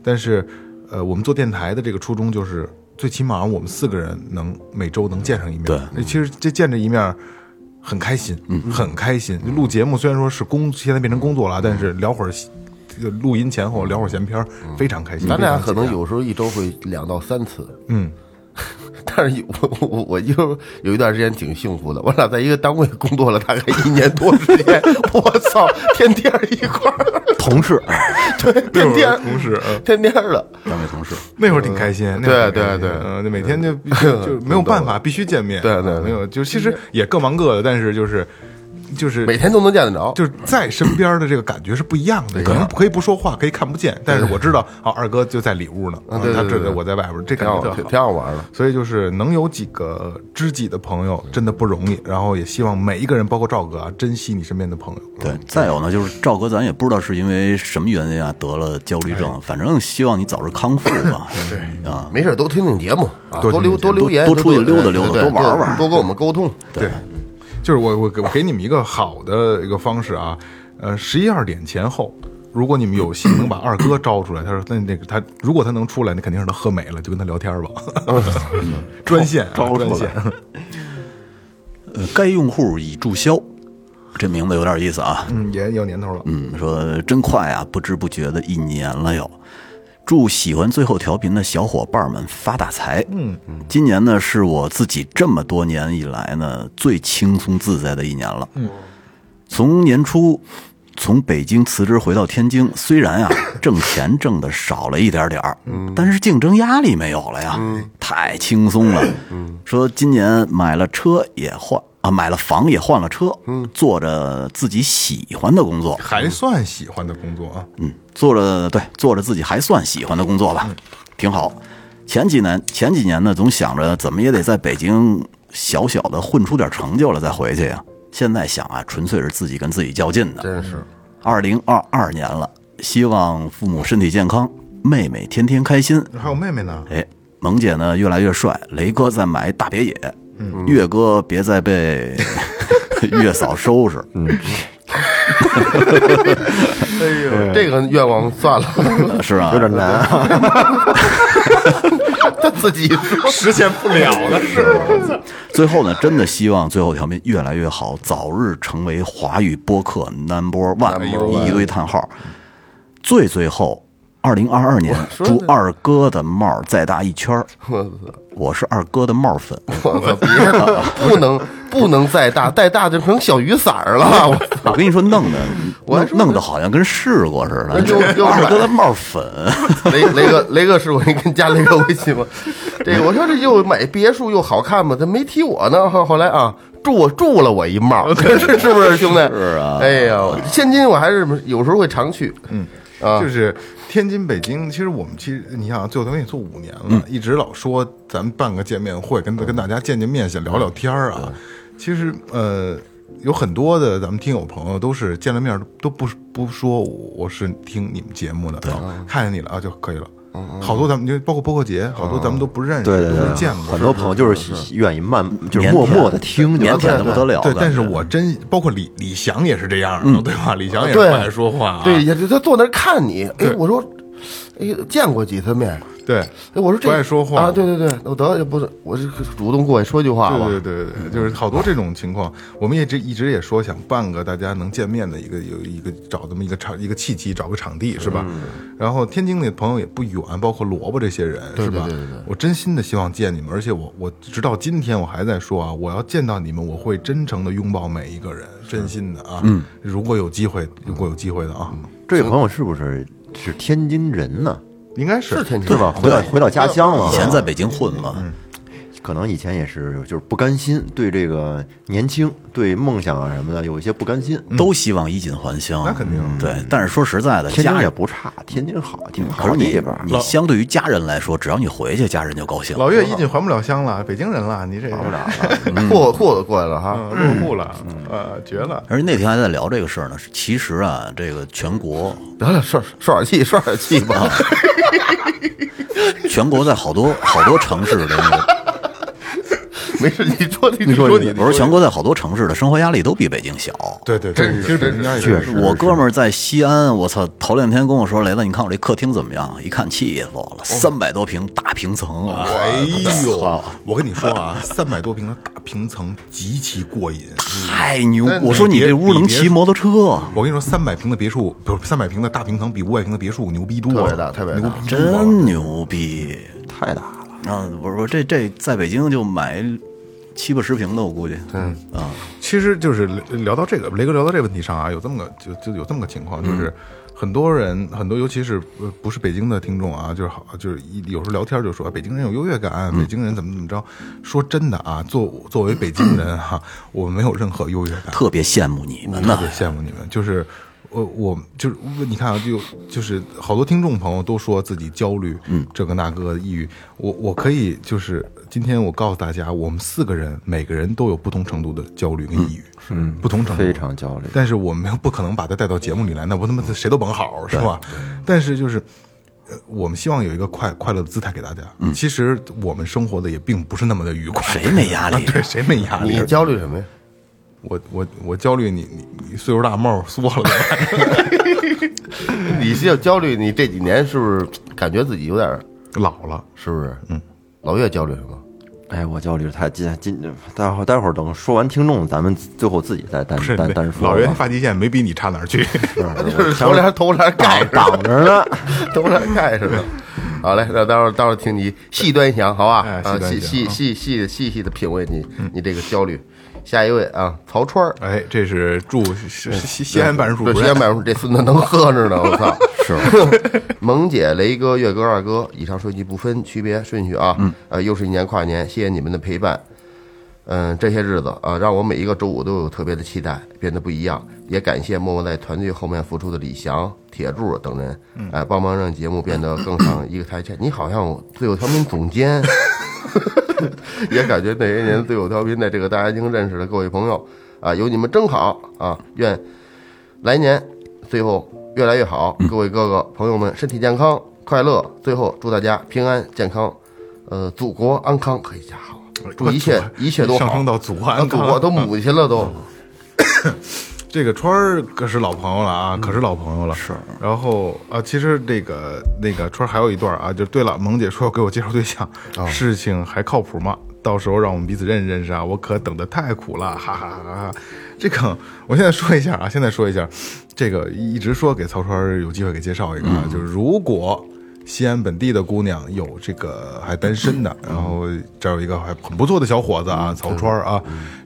Speaker 3: 但是，呃，我们做电台的这个初衷就是，最起码我们四个人能每周能见上一面。
Speaker 5: 对，
Speaker 3: 其实这见这一面。很开心，很开心。录节目虽然说是工，现在变成工作了，但是聊会儿，呃录音前后聊会儿闲篇儿，非常开心。
Speaker 4: 咱俩
Speaker 3: 非常
Speaker 4: 可能
Speaker 3: 解
Speaker 4: 有时候一周会两到三次，
Speaker 3: 啊嗯，
Speaker 4: 但是有我我我就有一段时间挺幸福的，我俩在一个单位工作了大概一年多时间，我操，天天儿一块儿，
Speaker 2: 同事，
Speaker 4: 对，天天儿
Speaker 3: 同事嗯
Speaker 4: 天天儿的，
Speaker 5: 单位同事。
Speaker 3: 那会儿挺开心，那会儿挺开心
Speaker 4: 呃对对对
Speaker 3: 嗯，那每天就必须 就没有办法，必须见面，啊
Speaker 4: 对对对
Speaker 3: 没有，就其实也各忙各的，但是就是就是
Speaker 4: 每天都能见得着，
Speaker 3: 就是在身边的这个感觉是不一样的，可能可以不说话，可以看不见，但是我知道啊，二哥就在里屋呢，啊
Speaker 4: 对对
Speaker 3: 他
Speaker 4: 对
Speaker 3: 这
Speaker 4: 对
Speaker 3: 我在外边，这
Speaker 4: 挺
Speaker 3: 感
Speaker 4: 好
Speaker 3: 觉特好
Speaker 4: 挺，挺好玩的。
Speaker 3: 所以就是能有几个知己的朋友真的不容易，然后也希望每一个人，包括赵哥啊，珍惜你身边的朋友。
Speaker 5: 对，再有呢，就是赵哥，咱也不知道是因为什么原因啊得了焦虑
Speaker 3: 哎
Speaker 5: 症，反正希望你早日康复吧。对啊，
Speaker 4: 没事儿，多听听节目啊，
Speaker 3: 多
Speaker 4: 多
Speaker 3: 听
Speaker 4: 留
Speaker 3: 听
Speaker 4: 多留言，
Speaker 5: 多出去溜达溜达
Speaker 4: 对
Speaker 5: 多玩玩
Speaker 4: 多跟我们沟 通。
Speaker 3: 对，就是我我给我给你们一个好的一个方式啊，呃，十一二点前后，如果你们有幸能把二哥招出来，他说那那个他如果他能出来，那肯定是他喝美了，就跟他聊天吧。 专线、啊、
Speaker 2: 嗯招
Speaker 3: 专
Speaker 2: 出
Speaker 3: 线
Speaker 2: 来，
Speaker 5: 呃，该用户已注销，这名字有点意思啊。
Speaker 3: 嗯，也有年头了。
Speaker 5: 嗯，说真快啊，不知不觉的一年了哟。祝喜欢最后调频的小伙伴们发大财。嗯，今年呢是我自己这么多年以来呢最轻松自在的一年了。嗯，从年初从北京辞职回到天津，虽然 啊挣钱挣的少了一点点儿，但是竞争压力没有了呀，太轻松了。说今年买了车也换啊，买了房也换了车，做着自己喜欢的工作，
Speaker 3: 还算喜欢的工作啊，
Speaker 5: 嗯，做着对做着自己还算喜欢的工作吧，挺好。前几年前几年呢，总想着怎么也得在北京小小的混出点成就了再回去呀、现在想啊，纯粹是自己跟自己较劲的。
Speaker 4: 真是，
Speaker 5: 二零二二年了，希望父母身体健康，妹妹天天开心。
Speaker 3: 还有妹妹呢，
Speaker 5: 哎，萌姐呢越来越帅，雷哥再买一大别野，月哥别再被 月嫂收拾。
Speaker 4: 这个愿望算了，
Speaker 5: 是啊，
Speaker 2: 有点难啊。
Speaker 4: 他自己
Speaker 3: 实现不了的事。
Speaker 5: 最后呢，真的希望最后条命越来越好，早日成为华语播客 number one，一堆叹号。最最后，二零二二年，祝二哥的帽儿再大一圈儿。我是二哥的帽粉，
Speaker 4: 我操，别了，不能不能再大，再大就成小雨伞儿了。我
Speaker 5: 我跟你说，弄的
Speaker 4: 我还
Speaker 5: 弄
Speaker 4: 说
Speaker 5: 弄得好像跟试过似的。
Speaker 4: 又又
Speaker 5: 二哥的帽粉，
Speaker 4: 雷雷哥，雷哥师傅，你跟加雷哥微信吗？这个我说这又买别墅又好看嘛，他没提我呢。后后来啊，助我助了我一帽， 是是不是兄弟？是啊。哎呀，现今我还是有时候会常去。嗯啊
Speaker 3: 就，是天津、北京，其实我们其实你想，最后咱也做五年了，一直老说咱们办个见面会，跟跟大家见见面，想聊聊天儿啊。其实呃，有很多的咱们听友朋友都是见了面都都不不说我是听你们节目的，啊看见你了啊就可以了。好多咱们就包括包括节，好多咱们都不认识，
Speaker 2: 对对
Speaker 3: 都没
Speaker 2: 对，
Speaker 3: 见过，
Speaker 2: 很多朋友就是喜愿意慢，就是
Speaker 5: 腼
Speaker 2: 默
Speaker 5: 腆
Speaker 2: 默的听就
Speaker 5: 腼
Speaker 2: 完
Speaker 5: 腆
Speaker 2: 了。
Speaker 5: 的不得了。
Speaker 3: 对，但是
Speaker 5: 感觉
Speaker 3: 我真包括李李 翔也是这样的，对吧？李翔也不
Speaker 4: 对
Speaker 3: 爱说话、啊，
Speaker 4: 对，也就他坐那儿看你。哎，我说哎呦，见过几次面，
Speaker 3: 对，
Speaker 4: 哎，我说这
Speaker 3: 不爱说话
Speaker 4: 啊，对对对，我得不是，我是主动过去说句话吧，
Speaker 3: 对对对对对，就是好多这种情况，我们也直一直也说想办个大家能见面的一个有一个找这么一个场一个契机，找个场地是吧？然后天津的朋友也不远，包括萝卜这些人是吧？我真心的希望见你们，而且我我直到今天我还在说啊，我要见到你们，我会真诚的拥抱每一个人，真心的啊。嗯，如果有机会，如果有机会的啊，
Speaker 2: 这位朋友是不是是天津人呢？
Speaker 3: 应该是
Speaker 4: 是天津
Speaker 2: 是吧？回到回到家乡了
Speaker 5: 以，前在北京混嘛，
Speaker 2: 可能以前也是就是不甘心，对这个年轻、对梦想啊什么的有一些不甘心。
Speaker 5: 都希望衣锦还乡，
Speaker 3: 那肯定
Speaker 5: 对。但是说实在的，
Speaker 2: 天津
Speaker 5: 家
Speaker 2: 也
Speaker 5: 人
Speaker 2: 不差，嗯天津好，挺
Speaker 5: 可
Speaker 2: 好
Speaker 5: 是
Speaker 2: 地
Speaker 5: 你
Speaker 2: 方。
Speaker 5: 你相对于家人来说，只要你回去，家人就高兴。
Speaker 3: 老岳已经还不了乡了，北京人了，你这还不 了，
Speaker 4: 货货都过来了哈，
Speaker 3: 嗯落户了，呃，绝了。
Speaker 5: 而且那天还在聊这个事儿呢，是其实啊，这个全国
Speaker 4: 聊聊涮涮点气，涮点 气吧，
Speaker 5: 全国在好多好多城市的那个，
Speaker 4: 没事，你说你
Speaker 3: 你说
Speaker 4: 说
Speaker 3: 你
Speaker 4: 你
Speaker 5: 我说全国在好多城市的生活压力都比北京小。
Speaker 3: 对对，对，其实人家也
Speaker 2: 确
Speaker 3: 是
Speaker 2: 实，
Speaker 5: 我哥们儿在西安，我操！头两天跟我说，雷子，你看我这客厅怎么样？一看气死我了，三百多平大平层啊！
Speaker 3: 哎 呦，我跟你说啊，三百多平的大平层极其过瘾。
Speaker 5: 太牛
Speaker 3: 但！
Speaker 5: 我说你
Speaker 3: 你别
Speaker 5: 这屋能
Speaker 3: 你别
Speaker 5: 骑摩托车，啊
Speaker 3: 我跟你说，三百平的别墅不是三百平的大平层，比五百平的别墅牛逼多
Speaker 4: 特
Speaker 3: 了，
Speaker 4: 别大特别大
Speaker 3: 牛逼多了
Speaker 5: 真牛逼！
Speaker 2: 太大了。
Speaker 5: 啊，我说这这在北京就买七八十平的，我估计。嗯啊，
Speaker 3: 其实就是聊到这个，雷哥聊到这个问题上啊，有这么个就就有这么个情况，就是
Speaker 4: 嗯
Speaker 3: 很多人很多，尤其是呃不是北京的听众啊，就是好就是一有时候聊天就说北京人有优越
Speaker 4: 嗯
Speaker 3: 感，北京人怎么怎么着。说真的啊，作作为北京人哈、我没有任何优越感，
Speaker 5: 特别羡慕你们
Speaker 3: 特
Speaker 5: 呢
Speaker 3: 别。羡慕你们，就是。我我就是你看啊，就就是好多听众朋友都说自己焦虑，嗯，这个那个抑郁，我我可以就是今天我告诉大家，我们四个人每个人都有不同程度的焦虑跟抑郁，嗯，不同程度
Speaker 2: 非常焦虑
Speaker 3: 但是我们又不可能把它带到节目里来，那不他妈谁都甭好是吧？ 但是就是。呃，我们希望有一个快快乐的姿态给大家。嗯，其实我们生活的也并不是那么的愉快。
Speaker 5: 谁没压力啊
Speaker 3: 对，谁没压力？
Speaker 4: 你焦虑什么呀？
Speaker 3: 我我我焦虑你你你岁数大帽缩了怎 么办，
Speaker 4: 你是要焦虑，你这几年是不是感觉自己有点儿，
Speaker 3: 老了。
Speaker 4: 是不是？嗯，老岳焦虑什么？
Speaker 2: 哎，我焦虑太今今，待会儿待会儿等说完听众，咱们最后自己再单
Speaker 3: 不是
Speaker 2: 单单说
Speaker 3: 老
Speaker 2: 吧。
Speaker 3: 人发际线没比你差哪儿去。
Speaker 4: 啊 就是头帘头帘盖着，
Speaker 2: 挡着 呢，
Speaker 4: 头帘盖着呢。好嘞，那待会儿待会儿听你细端详，好吧？
Speaker 3: 哎
Speaker 4: 啊，
Speaker 3: 细端
Speaker 4: 细
Speaker 3: 详
Speaker 4: 细细细的细细的品味你你这个焦虑。下一位啊，曹川儿，
Speaker 3: 哎，这是驻西西西安办事处
Speaker 4: 这
Speaker 3: 主
Speaker 4: 西安
Speaker 3: 任。
Speaker 4: 办事处这孙子能喝着呢，我操！是， 萌姐、雷哥、月哥、二哥，以上顺序不分区别顺序啊。嗯，呃，又是一年跨年，谢谢你们的陪伴。嗯，这些日子啊，让我每一个周五都有特别的期待，变得不一样。也感谢默默在团队后面付出的李翔、铁柱等人，
Speaker 3: 嗯
Speaker 4: 哎、帮忙让节目变得更上一个台阶。你好像最后调频总监。 也感谢那些年最有调频的这个大家已经认识的各位朋友啊，有你们真好啊！愿来年最后越来越好，
Speaker 3: 嗯
Speaker 4: 各位哥哥朋友们身体健康快乐。最后祝大家平安健康，呃，祖国安康，可以加好，祝 一切一切都好，呃
Speaker 3: 上升到祖国安康嗯
Speaker 4: 祖国都母亲了都。
Speaker 3: 这个川儿可是老朋友了啊，可是老朋友了。是。然后啊，其实这个那个川儿还有一段啊，就对了，萌姐说要给我介绍对象，事情还靠谱吗？到时候让我们彼此认识认识啊，我可等的太苦了，哈哈哈哈！这个我现在说一下啊，现在说一下，这个一直说给曹川儿有机会给介绍一个啊，就是如果。西安本地的姑娘有这个还单身的，然后这儿有一个还很不错的小伙子啊，曹川儿啊，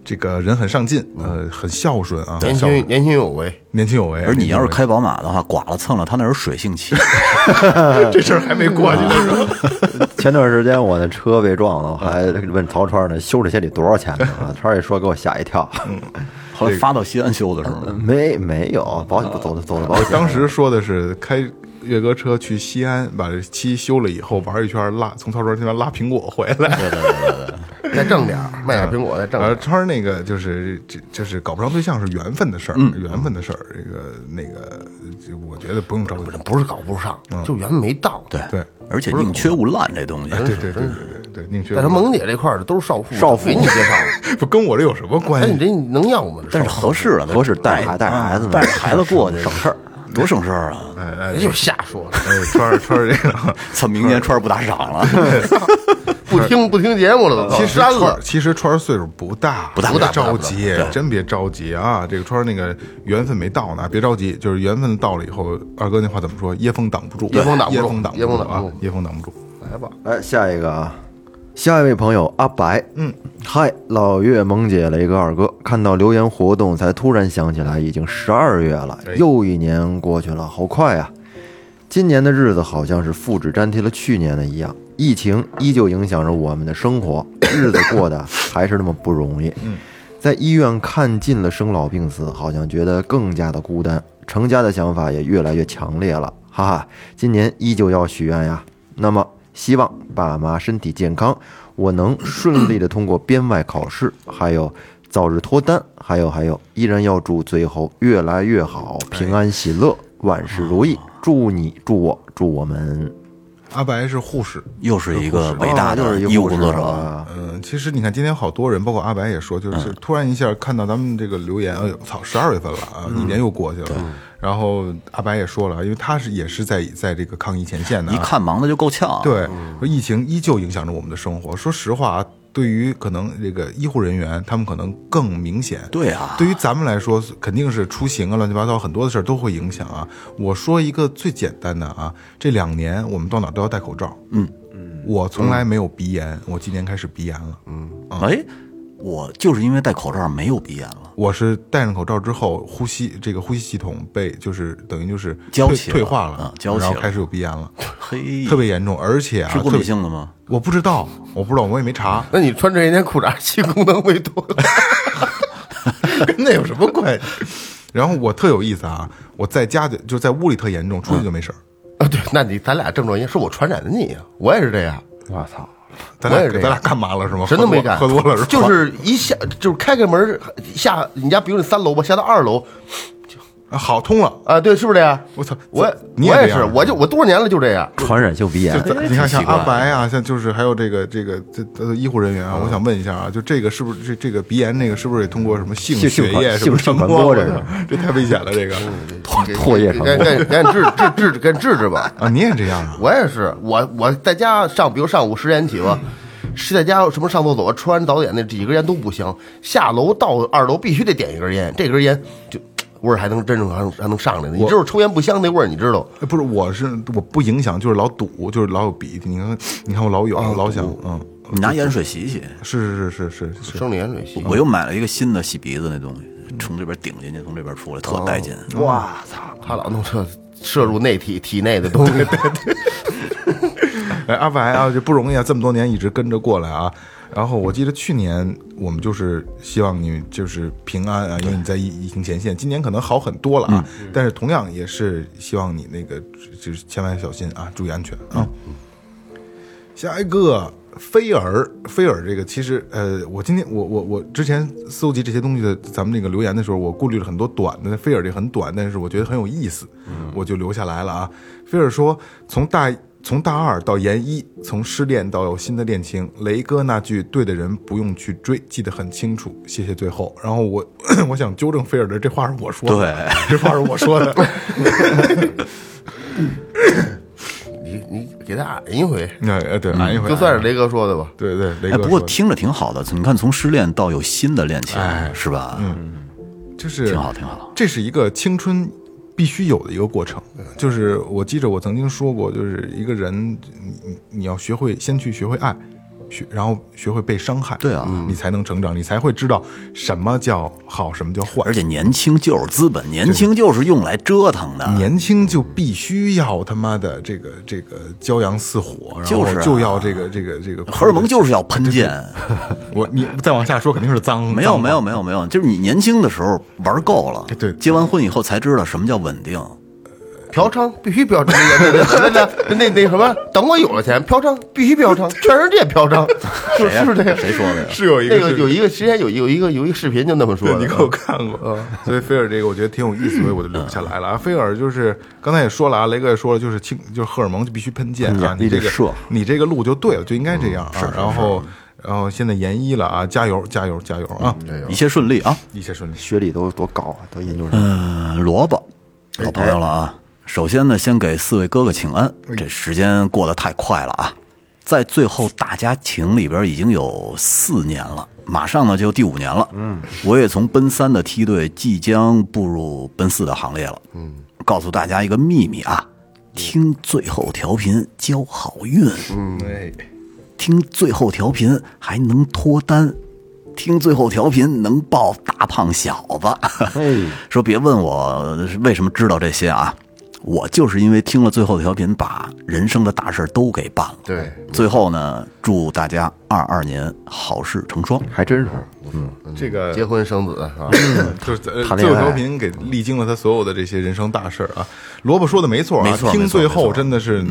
Speaker 3: 这个人很上进，呃，很孝顺啊，
Speaker 4: 年
Speaker 3: 很孝顺
Speaker 4: 轻年轻有为，
Speaker 3: 年轻有为。啊
Speaker 5: 而你要是
Speaker 3: 年轻
Speaker 5: 开宝马的话，剐了蹭了，他那是水性漆，
Speaker 3: 有 为这事儿还没过去呢，是吧
Speaker 2: 前段时间我的车被撞了，我还问曹川呢，修这些得多少钱 呢？啊川也说给我吓一跳，
Speaker 5: 后来发到西安修的是吗？
Speaker 2: 没没有保险走的走的保险，
Speaker 3: 当时说的是开岳哥车去西安，把这漆修了以后玩一圈，拉从曹庄那边拉苹果回来。
Speaker 4: 再挣点儿，卖点苹果再挣点
Speaker 3: 呃，
Speaker 4: 儿。
Speaker 3: 川儿那个就是这就是搞不上对象是缘分的事儿，缘分的事儿。这个那个，这我觉得不用着急。
Speaker 4: 不是搞不上，就缘没到。对，
Speaker 3: 嗯对，
Speaker 5: 而且宁缺毋滥这东西，
Speaker 3: 对对对对对对，宁缺
Speaker 4: 但是萌姐这块儿的都是少妇，
Speaker 2: 少妇
Speaker 4: 给你介 绍的。
Speaker 3: 不跟我这有什么关
Speaker 4: 哎，你
Speaker 3: 系？
Speaker 4: 这能要吗？这
Speaker 5: 但是合适啊，
Speaker 2: 合适带
Speaker 5: 带
Speaker 2: 哎孩带着孩子呢
Speaker 5: 带着孩子过去省事儿。多省事儿啊！
Speaker 3: 哎 哎，
Speaker 4: 就瞎说了，
Speaker 3: 哎，穿着穿着这个，
Speaker 5: 操，明年穿不打赏了，
Speaker 4: 不听不听节目了都，
Speaker 3: 其实
Speaker 4: 删了
Speaker 3: 川，其实川儿岁数不大，不
Speaker 5: 大
Speaker 3: 别
Speaker 4: 不大
Speaker 3: 着
Speaker 4: 不大
Speaker 3: 急，真别着急啊！这个川儿那个缘分没到呢，别着急，就是缘分到了以后，二哥那话怎么说？椰风挡不住，
Speaker 4: 椰风挡不住
Speaker 3: 椰风挡
Speaker 4: 椰风
Speaker 3: 住啊
Speaker 4: 挡不，
Speaker 3: 椰风挡不住。
Speaker 4: 来吧，
Speaker 2: 来下一个啊，下一位朋友阿白，嗯，嗨，老岳、萌姐、雷哥、二哥，看到留言活动才突然想起来，已经十二月了，又一年过去了，好快啊！今年的日子好像是复制粘贴了去年的一样，疫情依旧影响着我们的生活，日子过得还是那么不容易。嗯，在医院看尽了生老病死，好像觉得更加的孤单，成家的想法也越来越强烈了，哈哈！今年依旧要许愿呀。那么，希望爸妈身体健康，我能顺利的通过编外考试，还有早日脱单，还有还有，依然要祝最后越来越好，平安喜乐。万事如意，祝你，祝我，祝我们
Speaker 3: 阿白是护士，
Speaker 5: 又是 一个伟大
Speaker 2: 啊就
Speaker 5: 的
Speaker 2: 是
Speaker 5: 医务工作者。
Speaker 2: 啊，
Speaker 3: 嗯，其实你看，今天好多人，包括阿白也说，
Speaker 4: 嗯
Speaker 3: 就是突然一下看到咱们这个留言，哎呦，操，十二月份了啊，
Speaker 4: 嗯
Speaker 3: 一年又过去了。然后阿白也说了，因为他是也是在在这个抗疫前线的、啊，
Speaker 5: 一看忙的就够呛，，
Speaker 3: 对，说疫情依旧影响着我们的生活。说实话啊，对于可能这个医护人员，他们可能更明显。
Speaker 5: 对啊
Speaker 3: 对于咱们来说，肯定是出行啊，乱七八糟很多的事儿都会影响啊。我说一个最简单的啊，这两年我们到哪儿都要戴口罩。嗯嗯，我从来没有鼻炎，我今年开始鼻炎了。嗯，
Speaker 5: 哎，我就是因为戴口罩没有鼻炎了，
Speaker 3: 我是戴上口罩之后，呼吸这个呼吸系统被就是等于就是
Speaker 5: 胶
Speaker 3: 退
Speaker 5: 起
Speaker 3: 退
Speaker 5: 了
Speaker 3: 化
Speaker 5: 啊
Speaker 3: 了，
Speaker 5: 胶起
Speaker 3: 然后
Speaker 5: 了
Speaker 3: 开始有鼻炎了，
Speaker 5: 嘿，
Speaker 3: 特别严重，而且啊，
Speaker 5: 是过
Speaker 3: 特
Speaker 5: 敏
Speaker 3: 别
Speaker 5: 性的吗？
Speaker 3: 我不知道，我不知道，我也没查。
Speaker 4: 那你穿这一件裤衩，性功能没多大，
Speaker 3: 跟那有什么关系？然后我特有意思啊，我在家就就在屋里特严重，出去就没事儿。
Speaker 4: 啊，对，那你咱俩症状一样，是我传染的你呀，啊我也是这样，
Speaker 2: 我操！
Speaker 3: 咱
Speaker 4: 我也
Speaker 3: 俩
Speaker 4: 是这
Speaker 3: 咱
Speaker 4: 样
Speaker 3: 俩干嘛了是吗？
Speaker 4: 真的没敢
Speaker 3: 喝多了是吧？
Speaker 4: 就是一下就是开开门下，你家比如你三楼吧，下到二楼
Speaker 3: 啊好通了，
Speaker 4: 啊，对，是不是这样？
Speaker 3: 我操！
Speaker 4: 我
Speaker 3: 你
Speaker 4: 我
Speaker 3: 这
Speaker 4: 也
Speaker 3: 样
Speaker 4: 是，我就我多少年了就这样，
Speaker 2: 传染性鼻炎
Speaker 3: 就，咱你看像阿白啊，像就是还有这个这个这呃医护人员啊，我想问一下啊，就这个是不是这这个鼻炎那个是不是得通过什么性
Speaker 2: 性
Speaker 3: 血液
Speaker 2: 性
Speaker 3: 什么传
Speaker 2: 性传播
Speaker 3: 这
Speaker 2: 这是
Speaker 3: 这太危险了这个
Speaker 4: 嗯
Speaker 2: 唾液传
Speaker 4: 赶
Speaker 2: 播。
Speaker 4: 赶赶紧治治治治赶紧治治吧。
Speaker 3: 啊！你也这样啊？
Speaker 4: 我也是，我我在家上，比如上午十点起 吧，是在家什么上厕所、吃完早点那几根烟都不行，下楼到二楼必须得点一根烟，这根烟就味儿还能真正还能还能上来呢。你知道抽烟不香那味儿，你知道？
Speaker 3: 哎不是，我是我不影响，就是老堵，就是老有鼻涕。你看，你看我老
Speaker 4: 啊
Speaker 3: 有，老想，嗯，
Speaker 5: 你拿盐水洗洗，
Speaker 3: 是是是是是是。
Speaker 4: 生理盐水洗
Speaker 5: 我又买了一个新的洗鼻子那东西，从这边顶进去，从这边出来，特带劲。
Speaker 4: 哇操！他老弄这摄入内体体内的东 西，
Speaker 3: 哎，阿白啊，就不容易啊，这么多年一直跟着过来啊。然后我记得去年我们就是希望你就是平安啊，因为你在疫疫情前线，今年可能好很多了啊。但是同样也是希望你那个就是千万小心啊，注意安全啊。下一个菲尔，菲尔这个其实呃，我今天我我我之前搜集这些东西的咱们那个留言的时候，我顾虑了很多短的，菲尔这很短，但是我觉得很有意思，
Speaker 5: 嗯
Speaker 3: 我就留下来了啊。菲尔说，从大从大二到研一，从失恋到有新的恋情，雷哥那句“对的人不用去追”记得很清楚，谢谢最后。然后我 我想纠正菲尔的，这话是我说的，对，这话是我说的。
Speaker 4: 你你给他按一回，
Speaker 3: 哎哎对，俺一回，
Speaker 4: 就算是雷哥说的吧。
Speaker 3: 对对雷哥
Speaker 5: 哎，
Speaker 3: 说的。
Speaker 5: 不过听着挺好的，你看从失恋到有新的恋情，
Speaker 3: 哎
Speaker 5: 是吧？嗯，
Speaker 3: 就是
Speaker 5: 挺好挺好。
Speaker 3: 这是一个青春必须有的一个过程。就是我记着我曾经说过，就是一个人，你你你要学会先去学会爱，学然后学会被伤害，
Speaker 5: 对啊，
Speaker 3: 你才能成长，你才会知道什么叫好，什么叫坏
Speaker 5: 而。且年轻就是资本，年轻就是用来折腾的。
Speaker 3: 年轻就必须要他妈的这个这个骄阳似火，然
Speaker 5: 就
Speaker 3: 后
Speaker 5: 是啊
Speaker 3: 就要这个这个这个
Speaker 5: 荷尔蒙就是要喷溅，
Speaker 3: 我你再往下说肯定是脏，
Speaker 5: 没有
Speaker 3: 脏话
Speaker 5: 没有没有没有，就是你年轻的时候玩够了，
Speaker 3: 哎对
Speaker 5: 结完婚以后才知道什么叫稳定。
Speaker 4: 嫖娼必须嫖娼，那个那个那那什么，等我有了钱，嫖娼必须嫖娼，全世界嫖娼，是不是是不是这样？
Speaker 5: 谁说的呀？
Speaker 3: 是有一个
Speaker 4: 那个
Speaker 3: 是
Speaker 4: 有一个之前有有一个有一个视频就那么说
Speaker 3: 对
Speaker 4: 的，
Speaker 3: 你给我看过，嗯所以菲尔这个我觉得挺有意思，所以我就留下来了啊。菲尔就是刚才也说了啊，雷哥也说了，就是清就是荷尔蒙就必须喷溅啊，
Speaker 2: 嗯
Speaker 3: 你这
Speaker 2: 必须
Speaker 3: 个
Speaker 2: 射
Speaker 3: 你这个路就对了，就应该这样啊。然后然后现在研一了啊，加油加油加油啊，
Speaker 5: 一切顺利啊！
Speaker 3: 一切顺利。
Speaker 2: 学历都多高啊，都研究生。
Speaker 5: 嗯，萝卜，老朋友了啊。首先呢，先给四位哥哥请安，这时间过得太快了啊！在最后大家庭里边已经有四年了，马上呢就第五年了。嗯，我也从奔三的梯队即将步入奔四的行列了。嗯，告诉大家一个秘密啊，听最后调频交好运。
Speaker 3: 哎，
Speaker 5: 听最后调频还能脱单，听最后调频能抱大胖小子。说别问我为什么知道这些啊，我就是因为听了最后调频，把人生的大事儿都给办了。
Speaker 4: 对，
Speaker 5: 最后呢，祝大家二二年好事成双。
Speaker 2: 还真是。
Speaker 3: 这个
Speaker 4: 结婚生子啊，
Speaker 3: 就是在呃
Speaker 2: 谈
Speaker 3: 最
Speaker 2: 恋
Speaker 3: 后
Speaker 2: 爱
Speaker 3: 调频给历经了他所有的这些人生大事儿啊。萝卜说的没错啊，
Speaker 5: 没错
Speaker 3: 听
Speaker 5: 没错
Speaker 3: 最
Speaker 5: 没
Speaker 3: 后
Speaker 5: 错
Speaker 3: 真的是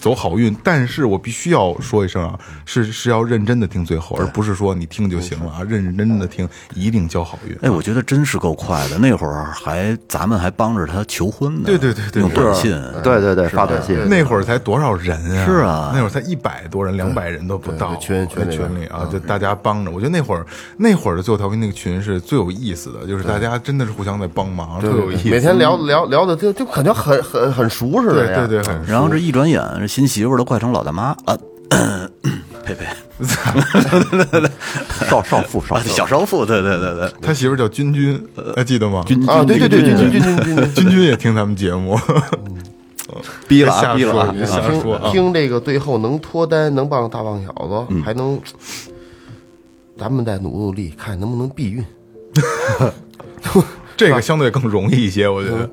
Speaker 3: 走好运，但是我必须要说一声啊，是是要认真的听最后，而不是说你听就行了啊，认认真真的听一定交好运。
Speaker 5: 哎，我觉得真是够快的。那会儿还咱们还帮着他求婚呢，
Speaker 3: 对对对对啊
Speaker 5: 用短信。
Speaker 2: 对对对，发短信。
Speaker 3: 那会儿才多少人啊？
Speaker 5: 是啊
Speaker 3: 那会儿才一百多人，两百人都不到。
Speaker 4: 对群群
Speaker 3: 在
Speaker 4: 里边
Speaker 3: 群里啊，就大家帮着。我觉得那会儿那会儿的最后调频那个群是最有意思的，就是大家真的是互相在帮忙，特有意思。
Speaker 4: 每天聊聊聊的就就感觉很很很熟似
Speaker 3: 对
Speaker 4: 的呀。
Speaker 3: 对对，很
Speaker 5: 然后这一转眼，这新媳妇儿都快成老大妈啊，呸呸，
Speaker 2: 少少妇少
Speaker 5: 啊
Speaker 2: 妇，
Speaker 5: 小少妇，对对对对。
Speaker 3: 他媳妇儿叫君君，还记得吗？呃君
Speaker 4: 啊，对对对对对对对对对。
Speaker 3: 君君也听咱们节 目，
Speaker 5: 逼了啊
Speaker 3: 瞎
Speaker 5: 逼了
Speaker 3: 说
Speaker 5: 啊
Speaker 3: 别瞎说啊
Speaker 4: 听！听这个最后能脱单，能傍大胖小子，还能，咱们再努努力，看能不能避孕。
Speaker 3: 这个相对更容易一些，我觉得。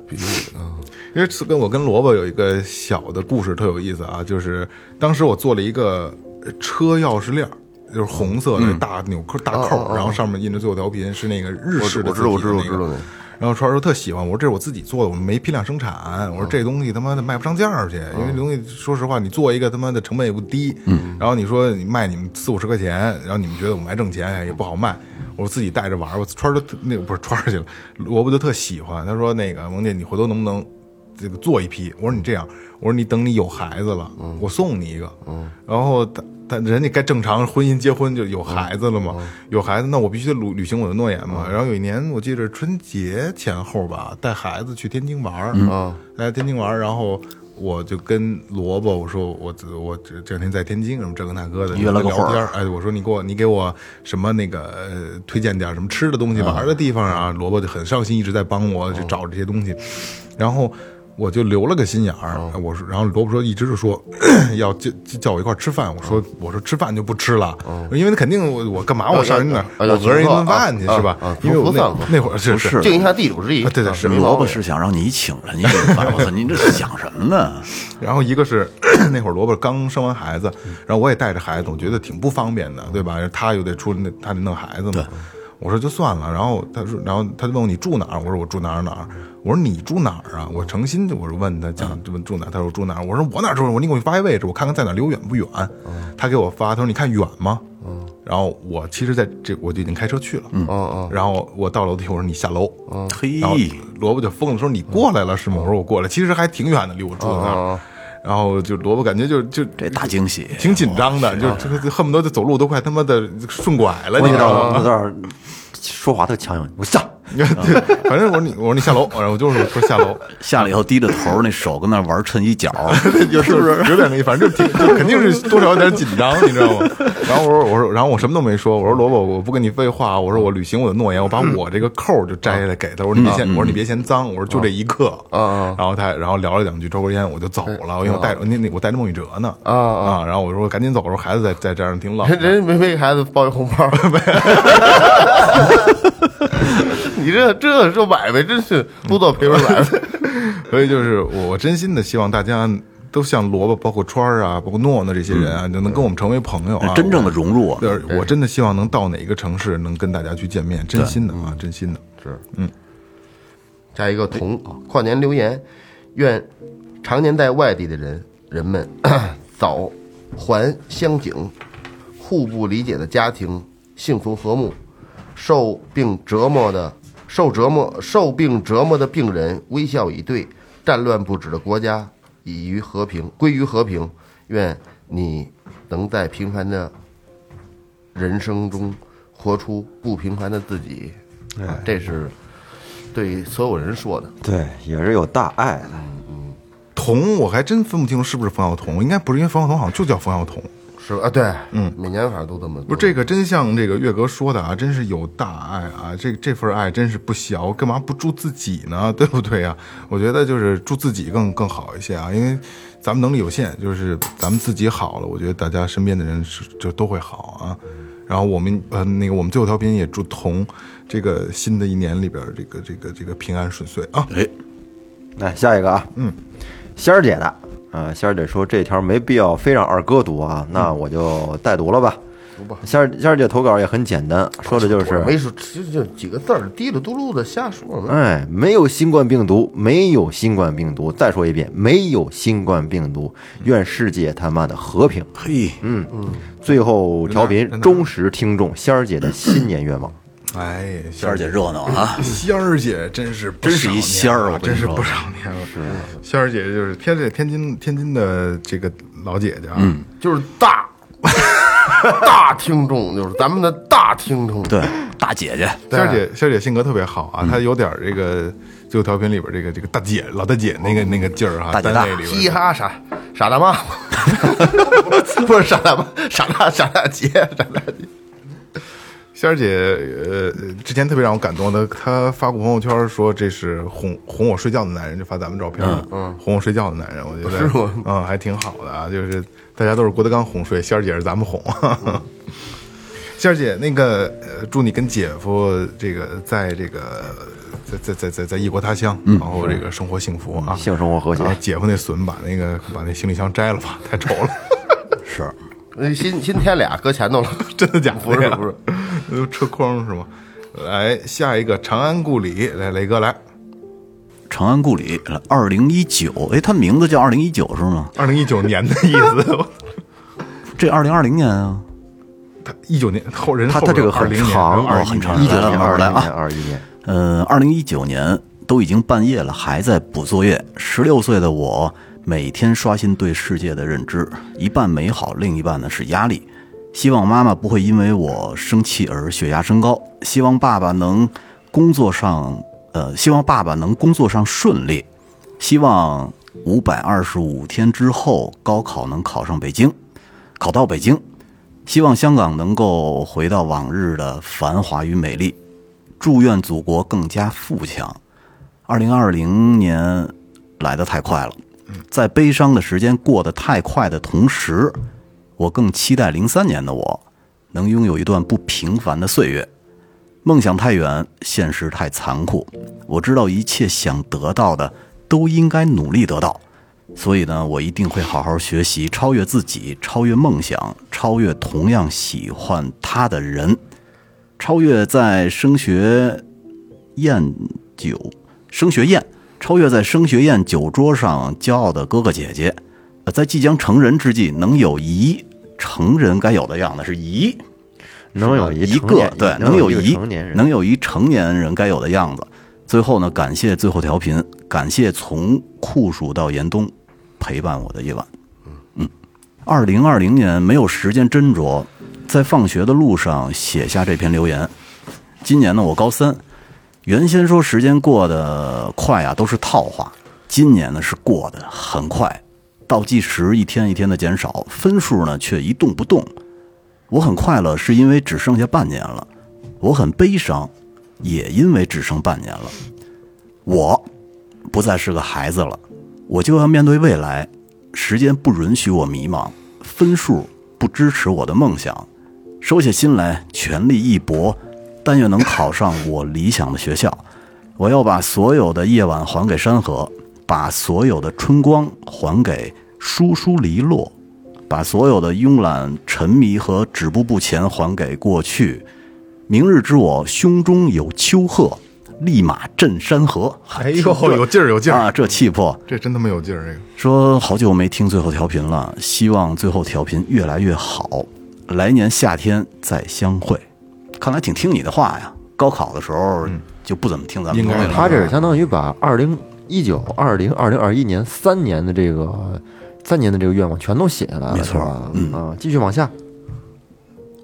Speaker 3: 因为是跟我跟萝卜有一个小的故事特有意思啊，就是当时我做了一个车钥匙链儿。就是红色
Speaker 4: 嗯
Speaker 3: 的大纽扣、大扣儿，然后上面印着最后调频，是那个日式的
Speaker 4: 哦我知道我知道
Speaker 3: 字体的那
Speaker 4: 我知道
Speaker 3: 个
Speaker 4: 那个。
Speaker 3: 然后川儿说特喜欢，我说这是我自己做的，我们没批量生产，我说这东西他妈的卖不上价儿去，因为
Speaker 4: 哦
Speaker 3: 这东西说实话，你做一个他妈的成本也不低，嗯，然后你说你卖你们四五十块钱，然后你们觉得我们还挣钱也不好卖，我自己带着玩儿，我川儿就特那个不是川儿去了，萝卜就特喜欢，他说那个萌姐，你回头能不能这个做一批。我说你这样，我说你等你有孩子了，我送你一个。然后他他人家该正常婚姻结婚就有孩子了嘛，有孩子那我必须得履履行我的诺言嘛。然后有一年我记着春节前后吧，带孩子去天津玩儿，
Speaker 5: 嗯
Speaker 4: 啊
Speaker 3: 来天津玩儿，然后。我就跟萝卜我说我我这这两天在天津什么这个那个的
Speaker 5: 约了个
Speaker 3: 聊
Speaker 5: 会儿
Speaker 3: 天儿哎，我说你给我，你给我什么那个、呃、推荐点儿什么吃的东西、
Speaker 4: 嗯
Speaker 3: 玩儿的地方啊？萝卜就很上心，一直在帮我去找这些东西，然后我就留了个心眼儿。
Speaker 4: 嗯
Speaker 3: 我说，然后萝卜说一直就说 要叫叫我一块儿吃饭，我
Speaker 4: 嗯
Speaker 3: 说我说吃饭就不吃了，因为他肯定我我干嘛我上人那儿
Speaker 4: 啊
Speaker 3: 我
Speaker 4: 啊
Speaker 3: 讹人一顿饭去
Speaker 4: 啊
Speaker 3: 是吧
Speaker 4: 啊啊？
Speaker 3: 因为我
Speaker 4: 不
Speaker 3: 那
Speaker 4: 算不算
Speaker 3: 那会儿是是
Speaker 4: 敬一下地主之谊
Speaker 3: 啊，对对是
Speaker 4: 没毛
Speaker 5: 萝卜
Speaker 4: 病。
Speaker 5: 是想让你请人家，我操，你这想什么 呢？
Speaker 3: 然后一个是 那会儿萝卜刚生完孩子，然后我也带着孩子，我觉得挺不方便的，对吧？他又得出那他得弄孩子嘛。我说就算了，然后他说，然后他就问我你住哪儿？我说我住哪儿哪儿。我说你住哪儿啊？我诚心就我说问他讲就问住哪儿，他说住哪儿。我说我哪住？我说你给我发一位置，我看看在哪儿离我远不远。他给我发，他说你看远吗？然后我其实在这我就已经开车去了。嗯
Speaker 4: 哦
Speaker 3: 然后我到楼梯，我说你下楼。
Speaker 5: 嘿
Speaker 3: 嗯然，后萝卜就疯了，说你过来了是吗？我说我过来，其实还挺远的，离我住的那儿。然后就萝卜感觉就就
Speaker 5: 这大惊喜，
Speaker 3: 挺紧张的，就就就恨不得就走路都快他妈的顺拐了，你啊知
Speaker 2: 我有点
Speaker 3: 道吗？
Speaker 2: 我有点说话特强硬，我下。
Speaker 3: 对， 反正我说你我说你下楼，然后我就是说下楼，
Speaker 5: 下来以后低着头，那手跟那玩衬衣角，
Speaker 3: 有是不是有点那意思，反正就挺就肯定是多少有点紧张，你知道吗？然后我说我说，然后我什么都没说，我说萝卜，我不跟你废话，我说我履行我的诺言，我把我这个扣儿就摘下来给他，我说你别
Speaker 5: 嗯
Speaker 3: 嫌，我说你别嫌脏，我说就这一刻，然后他然后聊了两句抽根烟，我就走了，
Speaker 5: 哎嗯
Speaker 3: 因为我带着那那我带着孟雨哲呢，啊啊，然后我说赶紧走，我说孩子在在这儿挺冷的，
Speaker 4: 人人没没给孩子包一红包，你这这这买卖真是多做赔本来的。
Speaker 3: 所以就是我我真心的希望大家都像萝卜，包括川儿啊，包括诺诺这些人啊，就能跟我们成为朋友啊，
Speaker 5: 嗯哎真正的融入我们。
Speaker 3: 对，我真的希望能到哪个城市能跟大家去见面，真心的
Speaker 5: 嗯
Speaker 3: 啊，真心的。
Speaker 4: 下一个同跨年留言，愿常年在外地的人人们 早还乡景，互不理解的家庭幸福和睦，受病折磨的受折磨受病折磨的病人微笑以对，战乱不止的国家已于和平归于和平。愿你能在平凡的人生中活出不平凡的自己。啊，这是对所有人说的。
Speaker 2: 对，也是有大爱的。
Speaker 3: 童我还真分不清楚是不是冯小彤，应该不是，因为冯小彤好像就叫冯小彤。
Speaker 4: 是吧啊，对，嗯，每年反正都这么多。
Speaker 3: 不是这个，真像这个岳哥说的啊，真是有大爱啊，这这份爱真是不小，干嘛不助自己呢？ 对不对啊？我觉得就是助自己更更好一些啊，因为咱们能力有限，就是咱们自己好了，我觉得大家身边的人是就都会好啊。然后我们呃那个我们最后调频也祝同这个新的一年里边儿这个这个这个平安顺遂啊。
Speaker 5: 哎，
Speaker 2: 来下一个啊，嗯，仙儿姐的啊，仙儿姐说这条没必要非让二哥读啊，那我就代读了吧。读吧。啊仙儿仙儿姐投稿也很简单，说的就
Speaker 4: 我
Speaker 2: 是
Speaker 4: 没说，就就几个字儿，滴里嘟噜的瞎说
Speaker 3: 嗯
Speaker 4: 嘛。
Speaker 2: 哎，没有新冠病毒，没有新冠病毒。再说一遍，没有新冠病毒。愿世界他妈的和平。
Speaker 5: 嘿，
Speaker 3: 嗯
Speaker 2: 最后调频
Speaker 3: 真的
Speaker 2: 忠实听众仙儿姐的新年愿望。
Speaker 3: 哎，
Speaker 5: 仙儿姐热闹 啊！
Speaker 3: 仙儿姐真是不
Speaker 5: 真是一仙儿
Speaker 3: 少年了
Speaker 5: 我跟你
Speaker 3: 真是
Speaker 5: 说
Speaker 3: 不少年了。是仙儿姐就是天这天津天津的这个老姐姐啊，
Speaker 5: 嗯
Speaker 4: 就是大大听众，就是咱们的大听众。
Speaker 5: 对，大姐姐，
Speaker 3: 仙儿姐仙儿姐性格特别好啊，
Speaker 5: 嗯
Speaker 3: 她有点这个最后调频里边这个这个大姐老大姐那个那个劲儿啊，
Speaker 5: 大姐
Speaker 3: 单
Speaker 5: 大
Speaker 3: 位里
Speaker 4: 嘻
Speaker 3: 边。
Speaker 4: 哈傻傻 大妈，不是傻大妈，傻大傻大姐，傻大姐。
Speaker 3: 仙儿姐呃，之前特别让我感动的，她发过朋友圈说这是哄哄我睡觉的男人，就发咱们照片，嗯，哄我睡觉的男人，我觉得
Speaker 4: 是吗
Speaker 3: 嗯，还挺好的啊，就是大家都是郭德纲哄睡，仙儿姐是咱们哄。 仙儿姐，那个呃，祝你跟姐夫这个在这个在在在在在异国他乡，然后这个生活幸福啊，
Speaker 2: 性生活和谐
Speaker 3: 然后姐夫那损把那个把那行李箱摘了吧，太丑了，
Speaker 5: 是
Speaker 4: 那新新添俩搁前头 了，
Speaker 3: 真的假的？
Speaker 4: 不是不是，
Speaker 3: 是，车筐是吗？来下一个长安故里，来雷哥来，
Speaker 5: 长安故里，二零一九，哎，它名字叫二零一九是吗？
Speaker 3: 二零一九年的意思，
Speaker 5: 这二零二零年啊，
Speaker 3: 他 一九年后人
Speaker 2: 它它这个很长
Speaker 3: 二
Speaker 2: 哦，
Speaker 3: 零
Speaker 2: 很
Speaker 5: 20
Speaker 2: 长，
Speaker 5: 年
Speaker 2: 一九年、
Speaker 5: 20
Speaker 2: 二零
Speaker 5: 年
Speaker 2: 年、二一年。
Speaker 5: 呃，二零一九年都已经半夜了，还在补作业。十六岁的我，每天刷新对世界的认知，一半美好，另一半呢是压力。希望妈妈不会因为我生气而血压升高，希望爸爸能工作上，呃，希望爸爸能工作上顺利，希望五百二十五天之后高考能考上北京，考到北京。希望香港能够回到往日的繁华与美丽，祝愿祖国更加富强。二零二零年来得太快了，在悲伤的时间过得太快的同时，我更期待零三年的我能拥有一段不平凡的岁月。梦想太远，现实太残酷。我知道一切想得到的都应该努力得到，所以呢，我一定会好好学习，超越自己，超越梦想，超越同样喜欢他的人。超越在升学宴酒升学宴，超越在升学宴酒桌上骄傲的哥哥姐姐，呃在即将成人之际，能有一成人该有的样子是一，
Speaker 2: 能有
Speaker 5: 一
Speaker 2: 成
Speaker 5: 个
Speaker 2: 年
Speaker 5: 对，
Speaker 2: 能
Speaker 5: 有
Speaker 2: 一个
Speaker 5: 一
Speaker 2: 成年人，
Speaker 5: 能有一成年人该有的样子。最后呢，感谢最后调频，感谢从酷暑到严冬陪伴我的夜晚。嗯二零二零年没有时间斟酌，在放学的路上写下这篇留言。今年呢，我高三，原先说时间过得快啊，都是套话。今年呢是过得很快，倒计时一天一天的减少，分数呢却一动不动。我很快乐，是因为只剩下半年了；我很悲伤，也因为只剩半年了。我不再是个孩子了，我就要面对未来。时间不允许我迷茫，分数不支持我的梦想。收下心来，全力一搏，但愿能考上我理想的学校。我要把所有的夜晚还给山河，把所有的春光还给疏疏篱落，把所有的慵懒、沉迷和止步不前还给过去。明日之我，胸中有丘壑，立马震山河。
Speaker 3: 哎呦，有劲儿有劲儿，
Speaker 5: 啊，这气魄！
Speaker 3: 这真他妈有劲儿，这个
Speaker 5: 说好久没听最后调频了，希望最后调频越来越好，来年夏天再相会。看来挺听你的话呀，高考的时候就不怎么听咱
Speaker 3: 嗯
Speaker 5: 们
Speaker 3: 应
Speaker 5: 东
Speaker 3: 该是
Speaker 5: 西了。
Speaker 2: 他这是相当于把二零一九、二零、二零二一年三年的这个三年的这个愿望全都写下来了，
Speaker 5: 没错
Speaker 2: 是吧，嗯啊，继续往下，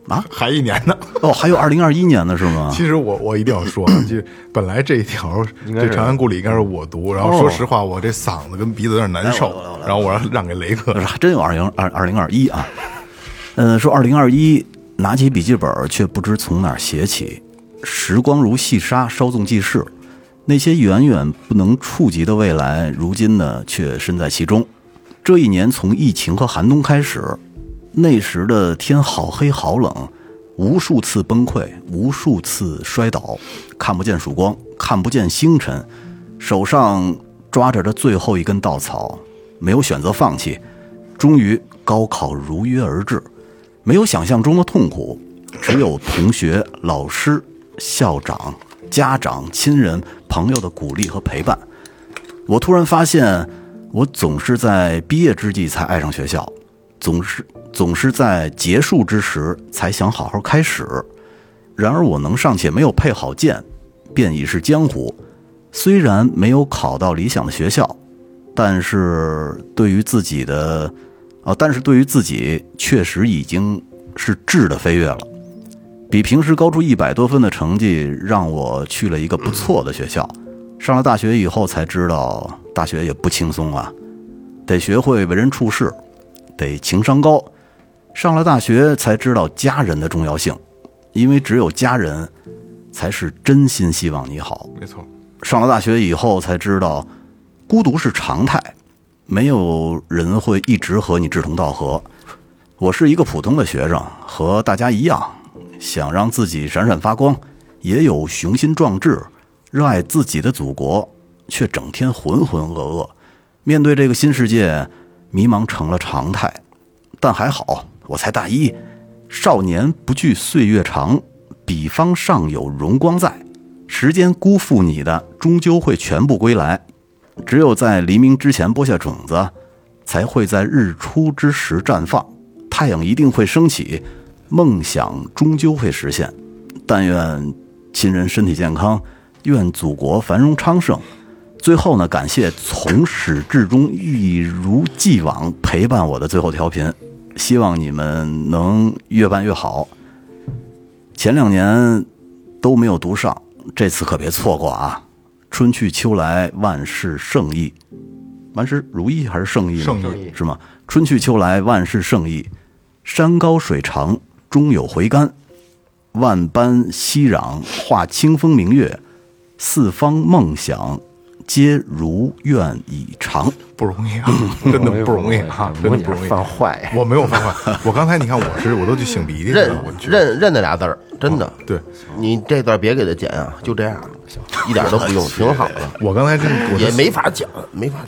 Speaker 5: 啊，
Speaker 3: 还一 年呢。
Speaker 5: 哦，还有二零二一年的是吗？
Speaker 3: 其实我我一定要 说，就是本来这一条
Speaker 2: 该
Speaker 3: 这
Speaker 2: 是
Speaker 3: 长安故里应该是我读，然后说实话，我这嗓子跟鼻子有点难受
Speaker 5: 来
Speaker 3: 然
Speaker 5: 我来我，来
Speaker 3: 哎后我让让给雷哥
Speaker 5: 还真有二零二二零二一啊。呃，说二零二一，拿起笔记本儿却不知从哪儿写起，时光如细沙，稍纵即逝。那些远远不能触及的未来，如今呢却身在其中。这一年从疫情和寒冬开始，那时的天好黑好冷，无数次崩溃，无数次摔倒，看不见曙光，看不见星辰，手上抓着这最后一根稻草，没有选择放弃。终于，高考如约而至，没有想象中的痛苦，只有同学、老师、校长、家长、亲人、朋友的鼓励和陪伴。我突然发现，我总是在毕业之际才爱上学校，总是总是在结束之时才想好好开始。然而我能尚且没有配好剑，便已是江湖。虽然没有考到理想的学校，但是对于自己的，啊，但是对于自己确实已经是质的飞跃了。比平时高出一百多分的成绩，让我去了一个不错的学校。上了大学以后才知道，大学也不轻松啊，得学会为人处事，得情商高。上了大学才知道家人的重要性，因为只有家人，才是真心希望你好。
Speaker 3: 没错，
Speaker 5: 上了大学以后才知道，孤独是常态，没有人会一直和你志同道合。我是一个普通的学生，和大家一样，想让自己闪闪发光，也有雄心壮志，热爱自己的祖国，却整天浑浑噩噩。面对这个新世界，迷茫成了常态。但还好，我才大一，少年不惧岁月长，彼方尚有荣光在。时间辜负你的，终究会全部归来。只有在黎明之前播下种子，才会在日出之时绽放。太阳一定会升起，梦想终究会实现。但愿亲人身体健康，愿祖国繁荣昌盛。最后呢，感谢从始至终一如既往陪伴我的最后调频，希望你们能越办越好。前两年都没有读上，这次可别错过啊！春去秋来，万事胜意，万事如意还是胜意呢？
Speaker 3: 胜
Speaker 4: 意
Speaker 5: 是吗？春去秋来，万事胜意，山高水长，终有回甘。万般熙攘，化清风明月，四方梦想，皆如愿以偿。
Speaker 3: 不容易 啊，真的不容易啊，真
Speaker 2: 模
Speaker 3: 的
Speaker 2: 拟
Speaker 3: 不容易。
Speaker 2: 犯坏，
Speaker 3: 我没有办法，我刚才你看我是我都去擤鼻涕
Speaker 4: 认
Speaker 3: 了，哎我去。
Speaker 4: 认认那俩字儿，真的。
Speaker 3: 对，
Speaker 4: 你这段别给他剪啊，就这样，一点都 不用，挺好的。
Speaker 3: 我刚才真我
Speaker 4: 也
Speaker 3: 真
Speaker 4: 没法讲，没法，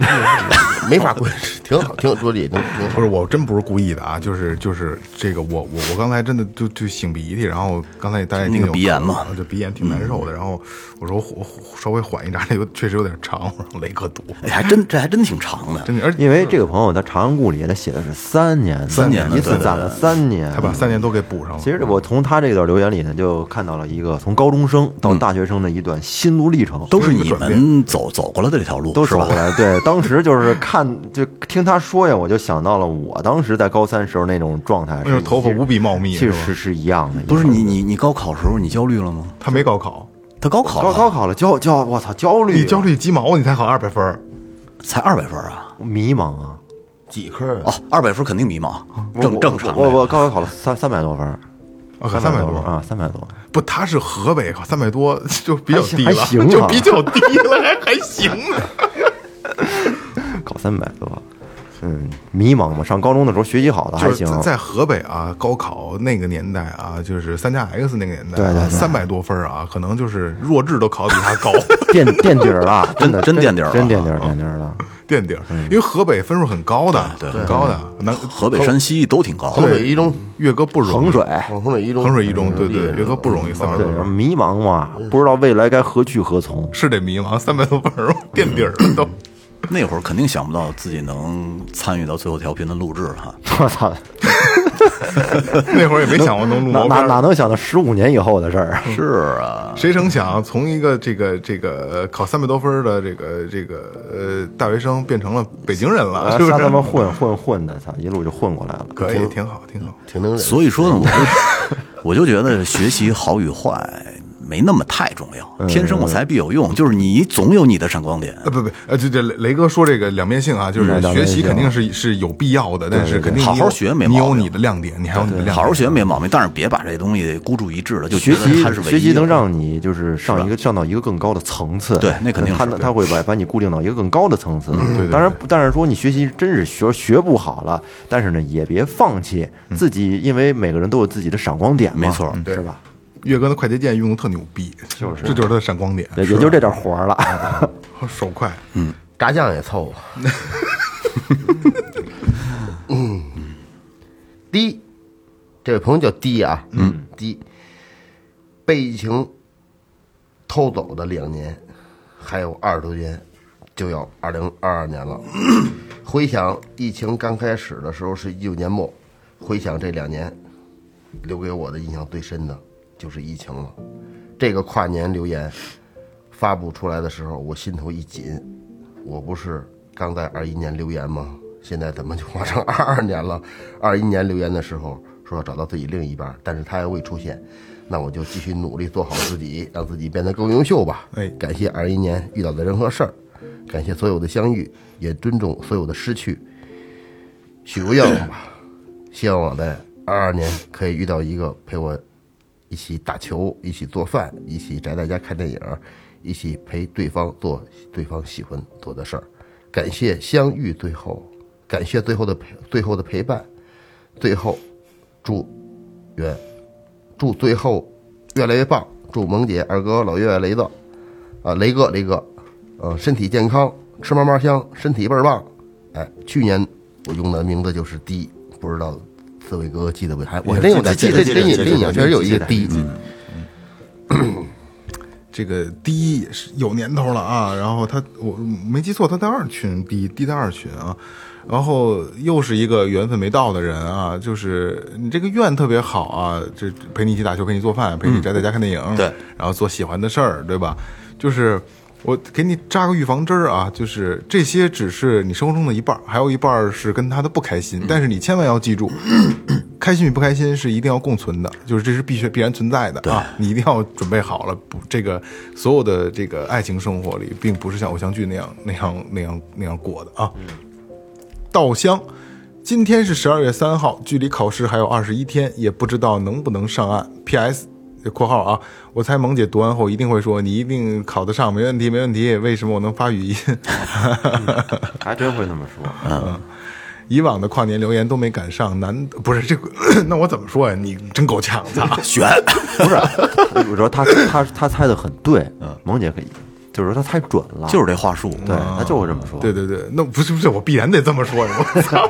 Speaker 4: 没法归置，挺好，挺说的也挺挺好
Speaker 3: 不。是，我真不是故意的啊，就是就是这个我，我我刚才真的就就擤鼻涕，然后刚才大家也听
Speaker 5: 那个鼻炎嘛，
Speaker 3: 就鼻炎挺难
Speaker 2: 嗯
Speaker 3: 受的。然后我说我我稍微缓一扎，这个确实有点长，我让雷哥读，
Speaker 5: 哎，还真这还真挺长的。
Speaker 3: 真的，而且
Speaker 2: 因为这个朋友他《长安故里》他写的是三年的，
Speaker 5: 三年的
Speaker 2: 一次攒了三年，
Speaker 3: 他把三年都给补上了。
Speaker 2: 其实我从他这段留言里呢，就看到了一个从高中生
Speaker 3: 嗯
Speaker 2: 到大学生的一段心路历程，
Speaker 5: 都是你们走走过来的这条路，
Speaker 2: 都
Speaker 5: 是
Speaker 2: 走
Speaker 5: 吧
Speaker 2: 过？来。对，当时就是看，就听他说呀，我就想到了我当时在高三时候那种状态，
Speaker 3: 那种哎头发无比茂密，
Speaker 2: 其
Speaker 3: 是
Speaker 2: 实
Speaker 3: 吧？
Speaker 2: 是是一样的。
Speaker 5: 不是你你你高考时候你焦虑了吗？
Speaker 3: 他没高考，
Speaker 5: 他高考
Speaker 2: 高
Speaker 5: 了
Speaker 2: 高考了，焦焦，我操，焦虑，
Speaker 3: 你焦，虑鸡毛，你才考二百分儿，
Speaker 5: 才二百分啊！
Speaker 2: 迷茫啊。
Speaker 4: 几科
Speaker 5: 哦，二百分肯定迷茫，
Speaker 2: 嗯我
Speaker 5: 正正常
Speaker 2: 我
Speaker 5: 的呀。
Speaker 2: 我高考考了三三百多分儿，
Speaker 3: 啊，三百
Speaker 2: 多
Speaker 3: 多。
Speaker 2: 啊，三百多。
Speaker 3: 不，他是河北，三百多 就比较
Speaker 2: 还行
Speaker 3: 低
Speaker 2: 还
Speaker 3: 了，
Speaker 2: 行
Speaker 3: 就
Speaker 2: 啊
Speaker 3: 比较低了，还还行啊。
Speaker 2: 搞三百多，嗯，迷茫嘛。上高中的时候学习好的还
Speaker 3: 就是
Speaker 2: 行，
Speaker 3: 在在河北啊，高考那个年代啊，就是三加 X 那个年代、
Speaker 2: 对对对
Speaker 3: 三百多分儿啊，可能就是弱智都考得比他 高，
Speaker 2: 垫垫底儿 了，真的
Speaker 5: 真垫底儿了啊
Speaker 2: 真垫底儿，垫底儿了。
Speaker 3: 垫底儿。
Speaker 2: 嗯
Speaker 3: 因为河北分数很高的，很高的，南
Speaker 5: 河北、山西都挺高
Speaker 4: 衡
Speaker 5: 的，
Speaker 4: 水一中，
Speaker 3: 岳哥不容易，
Speaker 2: 衡水，
Speaker 4: 衡水一中，嗯
Speaker 3: 衡水一中，对对，岳哥不容易，三百多
Speaker 2: 对
Speaker 3: 分，儿，
Speaker 2: 迷茫嘛，
Speaker 3: 嗯
Speaker 2: 不知道未来该何去何从。
Speaker 3: 是得迷茫，三百多分儿垫底儿了都。
Speaker 5: 那会儿肯定想不到自己能参与到最后调频的录制哈。
Speaker 2: 我操，
Speaker 3: 那会儿也没想过能 录
Speaker 2: 哪
Speaker 3: 毛
Speaker 2: 哪
Speaker 3: 片
Speaker 2: 哪
Speaker 3: 儿。
Speaker 2: 能想到十五年以后的事 儿？
Speaker 5: 是啊，
Speaker 3: 谁成想，从一个这个这个考三百多分儿的这个这个呃大学生，变成了北京人了，是不
Speaker 2: 瞎
Speaker 3: 是
Speaker 2: 呃啊他？妈混混混的，操，一路就混过来了。
Speaker 3: 可以，挺好，挺好。
Speaker 4: 挺能忍。
Speaker 5: 所以说呢，我我就 觉得学习好与坏没那么太重要，天生我材必有用，就是你总有你的闪光点。
Speaker 3: 呃，不不，呃，这这雷雷哥说这个两面性啊，就是
Speaker 2: 两
Speaker 3: 学
Speaker 2: 面
Speaker 3: 习
Speaker 2: 性
Speaker 3: 肯定是是有必要的，但是肯定
Speaker 5: 好
Speaker 3: 你
Speaker 5: 好
Speaker 3: 有
Speaker 5: 学没
Speaker 3: 你
Speaker 5: 毛
Speaker 3: 有
Speaker 5: 病
Speaker 3: 你的亮点，你还有你的亮点，
Speaker 5: 哦好好学没毛病，但是别把这东西孤注一掷了，就觉
Speaker 2: 学
Speaker 5: 得
Speaker 2: 习
Speaker 5: 它是唯一的嗯
Speaker 2: 学习能让你就是上一个上到一个更高的层次，
Speaker 5: 对那肯定是
Speaker 2: 他他会把把你固定到一个更高的层次。当然，但是说你学习真是学学不好了，但是呢也别放弃自己，因为每个人都有自己的闪光点嘛，
Speaker 5: 嗯没错嗯
Speaker 3: 对
Speaker 2: 是吧？
Speaker 3: 岳哥的快捷键用的特牛逼，就是这就是他的闪光点，
Speaker 2: 也也就这点活儿了。
Speaker 3: 手快，
Speaker 4: 炸酱 也凑合。嗯，D，这位朋友叫 D 啊，嗯，D 被疫情偷走的两年，还有二十多天就要二零二二年了。 回想疫情刚开始的时候是一九年末，回想这两年，留给我的印象最深的就是疫情了。这个跨年留言发布出来的时候，我心头一紧，我不是刚在二一年留言吗？现在怎么就马上二二年了？二一年留言的时候说要找到自己另一半，但是他还未出现，那我就继续努力做好自己，让自己变得更优秀吧。
Speaker 3: 哎
Speaker 4: 感谢二一年遇到的任何事儿，感谢所有的相遇，也尊重所有的失去。许个愿望吧，希望我在二二年可以遇到一个陪我一起打球、一起做饭、一起宅在家看电影、一起陪对方做对方喜欢做的事儿。感谢相遇，最后感谢最后的陪最后的陪伴，最后祝愿祝最后越来越棒，祝萌姐、二哥、老岳、雷子啊，雷哥、雷哥，呃，身体健康，吃嘛嘛香，身体倍儿棒。哎，去年我用的名字就是 D，不知道刺猬哥哥记得不？还我还真有点
Speaker 2: 记
Speaker 4: 这
Speaker 2: 得记
Speaker 4: 这
Speaker 2: 得
Speaker 4: 印
Speaker 2: 记得
Speaker 4: 这印象确实有一
Speaker 2: 记
Speaker 4: 个
Speaker 2: 得
Speaker 4: D，
Speaker 3: 这个 D 是有年头了啊，然后他我没记错，他在二群 D D 在二群啊，然后又是一个缘分没到的人啊，就是你这个愿特别好啊，这陪你一起打球，陪你做饭，陪你宅在家看电影，
Speaker 5: 对，
Speaker 3: 然后做喜欢的事儿，对吧？就是我给你扎个预防针儿啊，就是这些只是你生活中的一半儿，还有一半儿是跟他的不开心，但是你千万要记住。开心与不开心是一定要共存的，就是这是必须必然存在的啊！你一定要准备好了，不，这个所有的这个爱情生活里，并不是像偶像剧那样那样那样那样过的啊。稻香，今天是十二月三号，距离考试还有二十一天，也不知道能不能上岸。P.S. （括号啊），我猜萌姐读完后一定会说：“你一定考得上，没问题，没问题。”为什么我能发语音？
Speaker 2: 还真会那么说。
Speaker 5: 嗯
Speaker 3: 以往的跨年留言都没赶上，难不是这个？ 那我怎么说呀、你真够呛，操！
Speaker 5: 选
Speaker 2: 不是，我说他他他猜的很对，萌姐可以，就是说他猜准了，
Speaker 5: 嗯就是嗯这话术，啊
Speaker 2: 对，他就会这么说。
Speaker 3: 对对对，那不是不是，我必然得这么说呀！我操，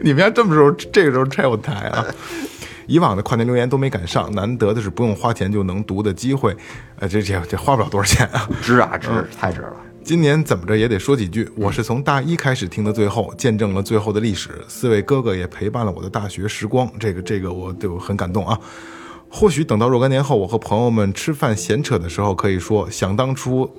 Speaker 3: 你们要这么时候这个时候拆我台啊！以往的跨年留言都没赶上，难得的是不用花钱就能读的机会，呃，这这这花不了多少钱啊！
Speaker 2: 值啊值，太值了。
Speaker 3: 今年怎么着也得说几句。我是从大一开始听的最后，见证了最后的历史。四位哥哥也陪伴了我的大学时光，这个这个我对我很感动啊。或许等到若干年后，我和朋友们吃饭闲扯的时候，可以说想当初，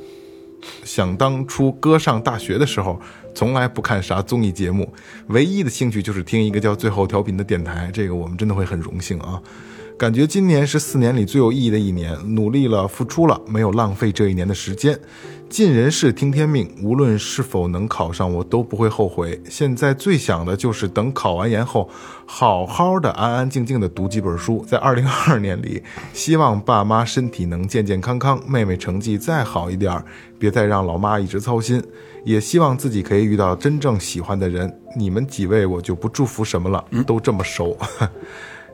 Speaker 3: 想当初哥上大学的时候，从来不看啥综艺节目，唯一的兴趣就是听一个叫《最后调频》的电台。这个我们真的会很荣幸啊。感觉今年是四年里最有意义的一年，努力了，付出了，没有浪费这一年的时间。尽人事，听天命，无论是否能考上，我都不会后悔。现在最想的就是等考完研后，好好的、安安静静的读几本书。在二零二二年里，希望爸妈身体能健健康康，妹妹成绩再好一点儿，别再让老妈一直操心。也希望自己可以遇到真正喜欢的人。你们几位，我就不祝福什么了，都这么熟。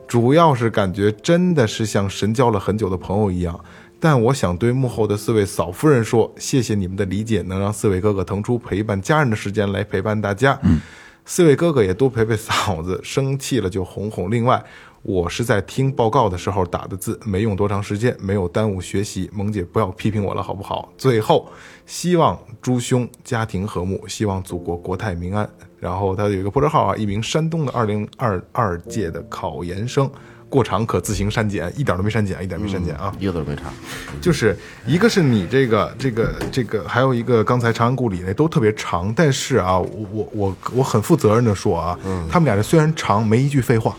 Speaker 3: 主要是感觉真的是像神交了很久的朋友一样。但我想对幕后的四位嫂夫人说，谢谢你们的理解，能让四位哥哥腾出陪伴家人的时间来陪伴大家。四位哥哥也多陪陪嫂子，生气了就哄哄。另外，我是在听报告的时候打的字，没用多长时间，没有耽误学习。萌姐不要批评我了，好不好？最后，希望诸兄家庭和睦，希望祖国国泰民安。然后他有一个破折号啊，一名山东的二零二二届的考研生，过场可自行删减，一点都没删减，一点没删减啊。
Speaker 4: 一个字儿没差。
Speaker 3: 就是一个是你这个这个这个，还有一个刚才长安故里那都特别长，
Speaker 5: 嗯
Speaker 3: 但是啊，我我我我很负责任的说啊，他们俩这虽然长，没一句废话，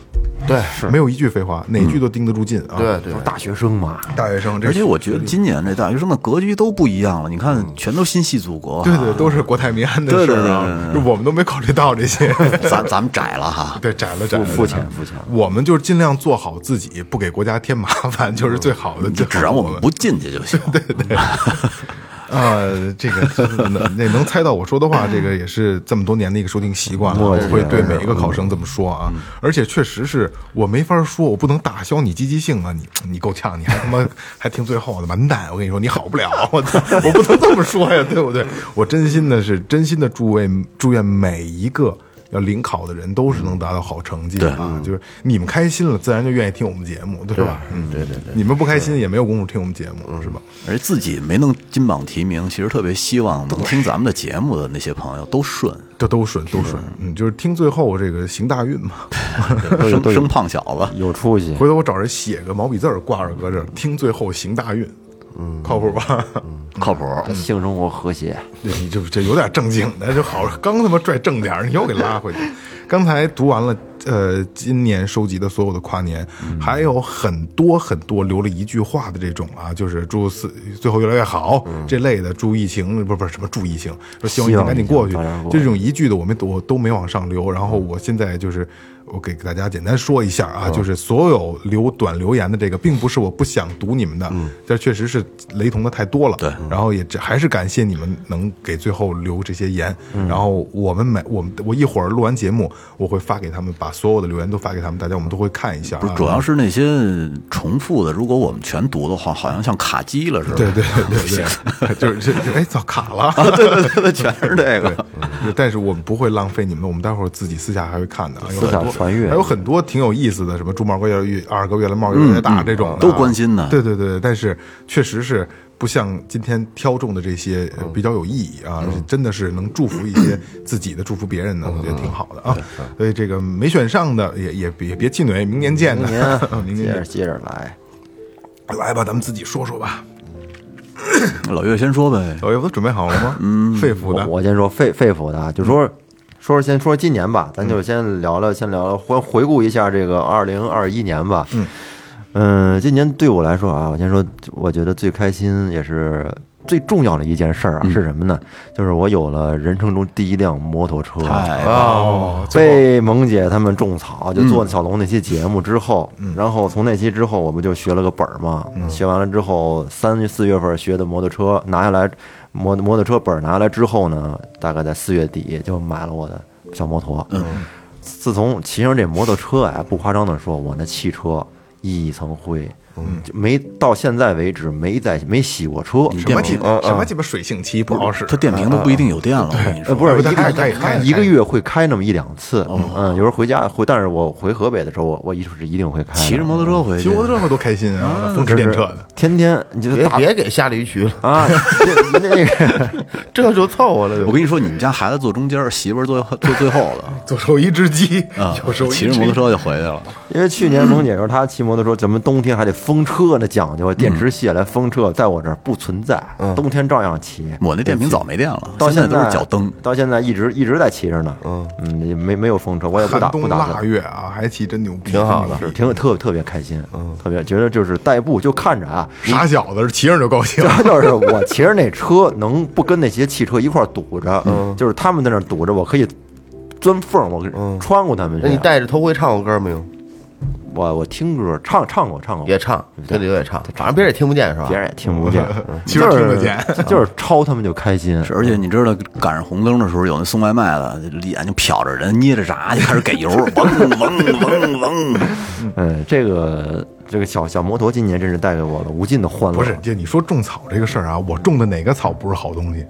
Speaker 4: 对，
Speaker 3: 没有一句废
Speaker 5: 嗯
Speaker 3: 话，哪句都盯得住劲啊。
Speaker 4: 对，对
Speaker 2: 都是大学生嘛，
Speaker 3: 大学生，这
Speaker 5: 而且我觉得今年这大学生的格局都不一样了，你看，全都心系祖国。
Speaker 3: 对对，都是国泰民安的事
Speaker 5: 对对
Speaker 3: 儿啊，就我们都没考虑到这 些。
Speaker 5: 咱咱们窄了哈。
Speaker 3: 对，窄了窄了，
Speaker 2: 肤
Speaker 3: 窄了
Speaker 2: 浅肤浅。
Speaker 3: 我们就是尽量做好自己，不给国家添麻烦，就是最好的。
Speaker 5: 嗯就只要我们
Speaker 3: 不
Speaker 5: 不进去就行。对对
Speaker 3: 呃，这个真的那能猜到我说的话，这个也是这么多年的一个收听习惯了。我会对每一个考生这么说啊，而且确实是我没法说，我不能打消你积极性啊！你你够呛，你还他妈还听最后的完蛋！我跟你说，你好不了，我操我不能这么说呀，对不 对？我真心的是真心的祝愿祝愿每一个。要领考的人都是能达到好成绩的啊，就是你们开心了，自然就愿意听我们节目，对吧？嗯，对对嗯对，你们不开心也没有功夫听我们节目，是吧？
Speaker 5: 而自己没能金榜题名，其实特别希望能听咱们的节目的那些朋友都顺，
Speaker 3: 这都顺都顺，嗯，就是听最后这个行大运嘛。
Speaker 5: 生生胖小子。
Speaker 2: 有出息。
Speaker 3: 回头我找人写个毛笔字儿挂着搁这儿，听最后行大运，嗯，靠谱吧？
Speaker 5: 靠谱，
Speaker 2: 性生活和谐，
Speaker 3: 这 你这这有点正经的就好，刚他妈拽正点儿，你又给拉回去。刚才读完了，呃，今年收集的所有的跨年，还有很多很多留了一句话的这种啊，就是祝四最后越来越好这类的，祝疫情不不是什么祝疫情，说希望疫情
Speaker 2: 希望
Speaker 3: 赶紧
Speaker 2: 疫情
Speaker 3: 过去
Speaker 2: 早点，过
Speaker 3: 这种一句的我没我都没往上留。然后我现在就是我给大家简单说一下
Speaker 5: 嗯
Speaker 3: 啊，就是所有留短留言的这个，并不是我不想读你们的，但确实是雷同的太多了。
Speaker 5: 嗯对
Speaker 3: 然后也只还是感谢你们能给最后留这些言。
Speaker 5: 嗯
Speaker 3: 然后我们每我们我一会儿录完节目，我会发给他们，把所有的留言都发给他们，大家我们都会看一下啊。
Speaker 5: 不是，主要是那些重复的，如果我们全读的话，好像像卡机了似的。啊
Speaker 3: 对对对对对， 就是这这哎，早卡了。
Speaker 5: 对对对对，全是这
Speaker 3: 对
Speaker 5: 个。，
Speaker 3: 但是我们不会浪费你们的，我们待会儿自己私下还会看的啊，有
Speaker 2: 私下
Speaker 3: 很多
Speaker 2: 传阅
Speaker 3: 还有很多挺有意思的，什么猪毛哥越来越二哥越来帽越来越大这种的啊，
Speaker 5: 嗯都关心呢
Speaker 3: 对对对，但是确实是不像今天挑中的这些呃比较有意义啊，而且真的是能祝福一些
Speaker 5: 嗯
Speaker 3: 自己的，祝福别人的，我觉得挺好的啊。所以这个没选上的也也别也别气馁，明年见
Speaker 2: 明
Speaker 3: 的，
Speaker 2: 年
Speaker 3: 明
Speaker 2: 接
Speaker 3: 年
Speaker 2: 着
Speaker 3: 见
Speaker 2: 接着来，
Speaker 3: 来吧，咱们自己说说吧。
Speaker 5: 老岳先说呗，
Speaker 3: 老爷夫都准备好了吗？嗯，肺腑
Speaker 2: 我
Speaker 3: 的，
Speaker 2: 我先说肺肺腑的啊，就说说说先说今年吧，咱就先聊聊，先聊聊回回顾一下这个二零二一年吧。嗯今年对我来说啊，我先说，我觉得最开心也是最重要的一件事儿啊，是什么呢？就是我有了人生中第一辆摩托车。啊
Speaker 5: 太
Speaker 3: 哦，最后嗯
Speaker 2: 被萌姐他们种草，就做小龙那期节目之后，然后从那期之后，我不就学了个本儿嘛？
Speaker 3: 嗯
Speaker 2: 学完了之后，三四月份学的摩托车，拿下来摩摩托车本儿拿下来之后呢，大概在四月底就买了我的小摩托。嗯，自从骑上这摩托车哎，不夸张的说，我那汽车一层灰，
Speaker 3: 嗯
Speaker 2: 就没到现在为止没在没洗过车。
Speaker 3: 什么鸡
Speaker 5: 啊
Speaker 3: 巴什么鸡巴水性漆不好使，啊
Speaker 5: 它电瓶都不一定有电了，我跟你
Speaker 2: 呃，
Speaker 5: 说。
Speaker 2: 不是，
Speaker 3: 不
Speaker 2: 一
Speaker 3: 太
Speaker 2: 个
Speaker 3: 开开开
Speaker 2: 一个月会开那么一两次，嗯，有时候回家回，但是我回河北的时候，我我一是一定会开的，
Speaker 5: 哎骑着摩托车回去，
Speaker 3: 骑摩托车多开心
Speaker 5: 嗯
Speaker 3: 啊！风驰电掣的，
Speaker 2: 天天你就
Speaker 4: 别
Speaker 2: 大
Speaker 4: 别给下驴去了，
Speaker 2: 啊，那那个
Speaker 4: 这就凑合了就。
Speaker 5: 我跟你说，你们家孩子坐中间，媳妇儿坐坐最后 的
Speaker 3: 左手一只鸡，
Speaker 5: 啊
Speaker 3: 右手，一
Speaker 5: 骑着
Speaker 3: 只
Speaker 5: 摩托车就回去了。
Speaker 2: 因为去年萌姐说她骑摩托车，咱们冬天还得封车呢，讲究啊电池卸来封车，在我这儿不存在，冬天照样骑。
Speaker 5: 我那电瓶早没电了，
Speaker 2: 到
Speaker 5: 嗯现
Speaker 2: 在
Speaker 5: 都是脚蹬。
Speaker 2: 到现在一直一直在骑着呢，嗯嗯，也没没有封车，我也不
Speaker 3: 寒
Speaker 2: 打
Speaker 3: 冬
Speaker 2: 不打算
Speaker 3: 腊月啊，还骑真牛逼，
Speaker 4: 挺好的
Speaker 2: 是挺特特别开心，嗯，特别觉得就是代步就看着啊，
Speaker 3: 傻小子骑上就高兴
Speaker 2: 主。要就是我骑着那车能不跟那些汽车一块儿堵着，
Speaker 5: 嗯
Speaker 2: 就是他们在那儿堵着，我可以钻缝儿，
Speaker 5: 嗯
Speaker 2: 我穿过他们去。
Speaker 4: 那你戴着头盔唱过歌没有？
Speaker 2: 我我听歌唱唱过唱过，
Speaker 4: 也唱，跟里头也唱，反正别人也听不见是吧？
Speaker 2: 别人也听不见，嗯
Speaker 3: 其实听得见
Speaker 2: 就是就是超他们就开心。
Speaker 5: 嗯是，而且你知道，赶上红灯的时候，有那送外卖的，眼睛瞟着人，捏着闸就开始给油，嗡嗡嗡嗡。
Speaker 2: 嗯，这个这个小小摩托今年真是带给我了无尽的欢乐。
Speaker 3: 不是，，姐，你说种草这个事儿啊，我种的哪个草不是好东西？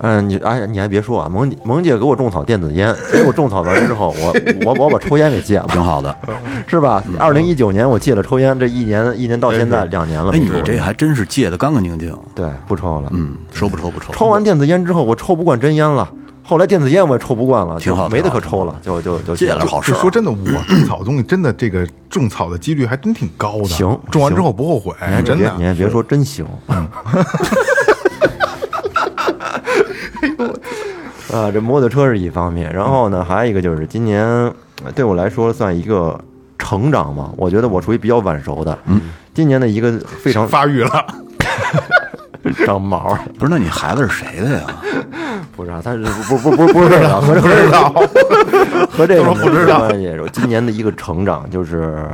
Speaker 2: 嗯，你哎你还别说啊，萌姐萌姐给我种草电子烟，给我种草完之后，我我我把抽烟给戒了，
Speaker 5: 挺好的。嗯
Speaker 2: 是吧？二零一九年我戒了抽烟，这一年一年到现在
Speaker 3: 对
Speaker 2: 两年了。
Speaker 5: 哎，你这还真是戒的干干净净。
Speaker 2: 对不抽了，
Speaker 5: 嗯，抽不抽不抽，
Speaker 2: 抽完电子烟之后，我抽不惯真烟了。后来电子烟我也抽不惯了，
Speaker 5: 挺好
Speaker 2: 就没得
Speaker 5: 挺好
Speaker 2: 可抽了，就就就
Speaker 5: 戒了好事
Speaker 3: 就
Speaker 5: 儿。啊
Speaker 3: 说真的，我种草东西真的这个种草的几率还真挺高的。
Speaker 2: 行
Speaker 3: 种完之
Speaker 2: 行
Speaker 3: 后不后悔，
Speaker 5: 哎
Speaker 2: 你还
Speaker 3: 真
Speaker 2: 嗯
Speaker 5: 啊
Speaker 2: 别你
Speaker 3: 的。
Speaker 2: 还别说，真行。
Speaker 5: 嗯
Speaker 2: 啊，这摩托车是一方面，然后呢，还有一个就是今年呃对我来说算一个成长嘛，我觉得我属于比较晚熟的。嗯，今年的一个非常
Speaker 3: 发育了，
Speaker 2: 长毛儿，
Speaker 5: 不是，那你孩子是谁的呀？
Speaker 2: 不是啊，他是不不不不是的，和这个
Speaker 3: 知道？
Speaker 2: 和这个
Speaker 3: 不知道
Speaker 2: 没关系。我今年的一个成长就是，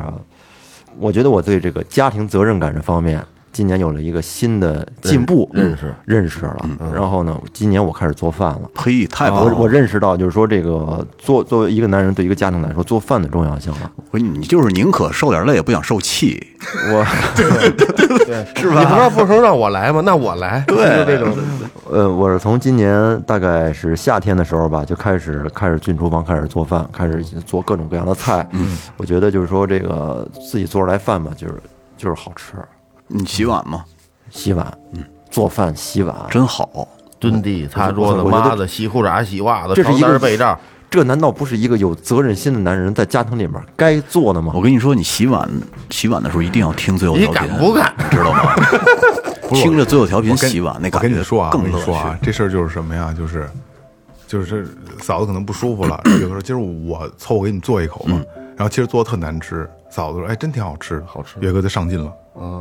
Speaker 2: 我觉得我对这个家庭责任感这方面，今年有了一个新的进步认识认识了。然后呢，今年我开始做饭了。
Speaker 5: 呸，
Speaker 3: 啊
Speaker 5: 太棒
Speaker 2: 我
Speaker 5: 了！
Speaker 2: 我认识到，就是说这个做作为一个男人，对一个家庭来说，做饭的重要性了。
Speaker 5: 我说你就是宁可受点累，也不想受气。
Speaker 2: 我
Speaker 4: 是吧？你不知道不能让我来吗？那我 来，对，就这种
Speaker 2: 呃，我是从今年大概是夏天的时候吧，就开始开始进厨房，开始做饭，开始做各种各样的菜。嗯，我觉得就是说这个自己做出来饭吧，就是就是好吃。
Speaker 5: 你洗碗吗？
Speaker 2: 洗碗，嗯，做饭洗碗，
Speaker 5: 真好，
Speaker 4: 蹲地、擦桌子、
Speaker 2: 我觉得
Speaker 4: 抹子、洗裤衩、洗袜子、
Speaker 2: 这是
Speaker 4: 床
Speaker 2: 一个
Speaker 4: 单、被 罩，
Speaker 2: 这难道不是一个有责任心的男人在家庭里面该做的吗
Speaker 5: 我？跟你说，你洗碗洗碗的时候一定要听最后
Speaker 4: 你
Speaker 5: 调频，
Speaker 4: 敢不敢？
Speaker 5: 知 道吗？听着最后调频
Speaker 3: 我跟
Speaker 5: 洗碗那
Speaker 3: 我
Speaker 5: 感
Speaker 3: 跟你
Speaker 5: 觉
Speaker 3: 说啊，我
Speaker 5: 更
Speaker 3: 跟
Speaker 5: 乐
Speaker 3: 你
Speaker 5: 趣
Speaker 3: 说。啊，这事儿就是什么呀？就是就是嫂子可能不舒服了，然后有的时候今儿我凑合给你做一口吧，然后其实做的特难吃，嫂子说哎真挺好吃，好吃，岳哥就上劲了，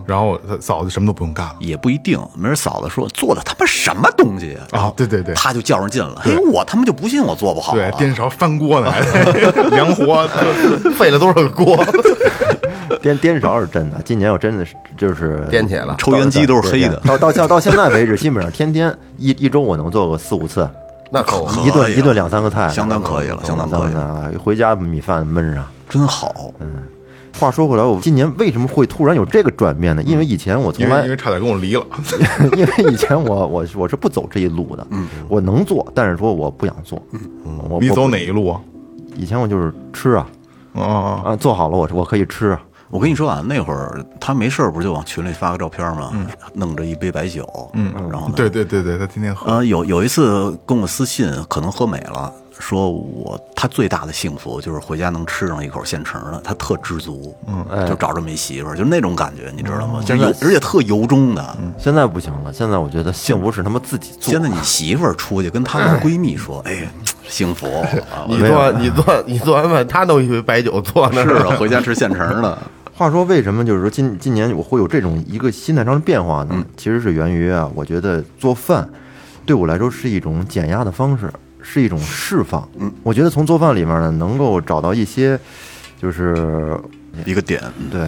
Speaker 3: 然后他嫂子什么都不用干了
Speaker 5: 也不一定，没人嫂子说做的他妈什么东西啊
Speaker 3: 啊，对对对。
Speaker 5: 他就较上劲了。哎，我他妈就不信我做不好
Speaker 3: 对，
Speaker 5: 啊！
Speaker 3: 颠勺翻锅呢，还 凉活，
Speaker 4: 费了多少个 锅？
Speaker 2: 颠颠勺是真的，今年我真的是就是
Speaker 4: 颠起来了
Speaker 5: 抽烟机都是黑的
Speaker 2: 到到到到现在为止，基本上天天一一周我能做个四五次，
Speaker 4: 那可不
Speaker 5: 可以
Speaker 2: 一
Speaker 5: 了
Speaker 2: 顿一顿两三个菜，
Speaker 5: 相当可以了相当可以了
Speaker 2: 啊！回家米饭焖上。
Speaker 5: 真好，
Speaker 3: 嗯
Speaker 2: 话说回来，我今年为什么会突然有这个转变呢？因
Speaker 5: 嗯
Speaker 2: 为以前我从
Speaker 3: 因为
Speaker 2: 来
Speaker 3: 因为差点跟我离了，
Speaker 2: 因为以前我我我是不走这一路的，
Speaker 5: 嗯
Speaker 2: 我能做，但是说我不想做，嗯我
Speaker 3: 你
Speaker 2: 我
Speaker 3: 走哪一路啊？
Speaker 2: 以前我就是吃啊
Speaker 3: 哦哦，哦
Speaker 2: 啊，做好了我我可以吃啊，
Speaker 5: 我跟你说啊，那会儿他没事儿不就往群里发个照片吗？弄着一杯白酒，嗯，然后呢，
Speaker 3: 嗯对对对对，他天天喝，
Speaker 5: 呃，有有一次跟我私信，可能喝美了，说我他最大的幸福就是回家能吃上一口现成的，他特知足，嗯，就找这么一媳妇儿，就那种感觉，你知道吗？就是有而且特由衷的。
Speaker 2: 现在不行了，现在我觉得幸福是他妈自己嗯做
Speaker 5: 现在你媳妇儿出去跟她的闺蜜说，哎，幸福，啊
Speaker 4: 你做你做你做完饭，他弄一杯白酒坐 那
Speaker 5: 是
Speaker 4: 儿，
Speaker 5: 啊，回家吃现成的。
Speaker 2: 话说，为什么就是说今今年我会有这种一个心态上的变化呢？其实是源于啊，我觉得做饭对我来说是一种减压的方式，是一种释放。嗯，我觉得从做饭里面呢，能够找到一些，就是
Speaker 5: 一个点，嗯
Speaker 2: 对，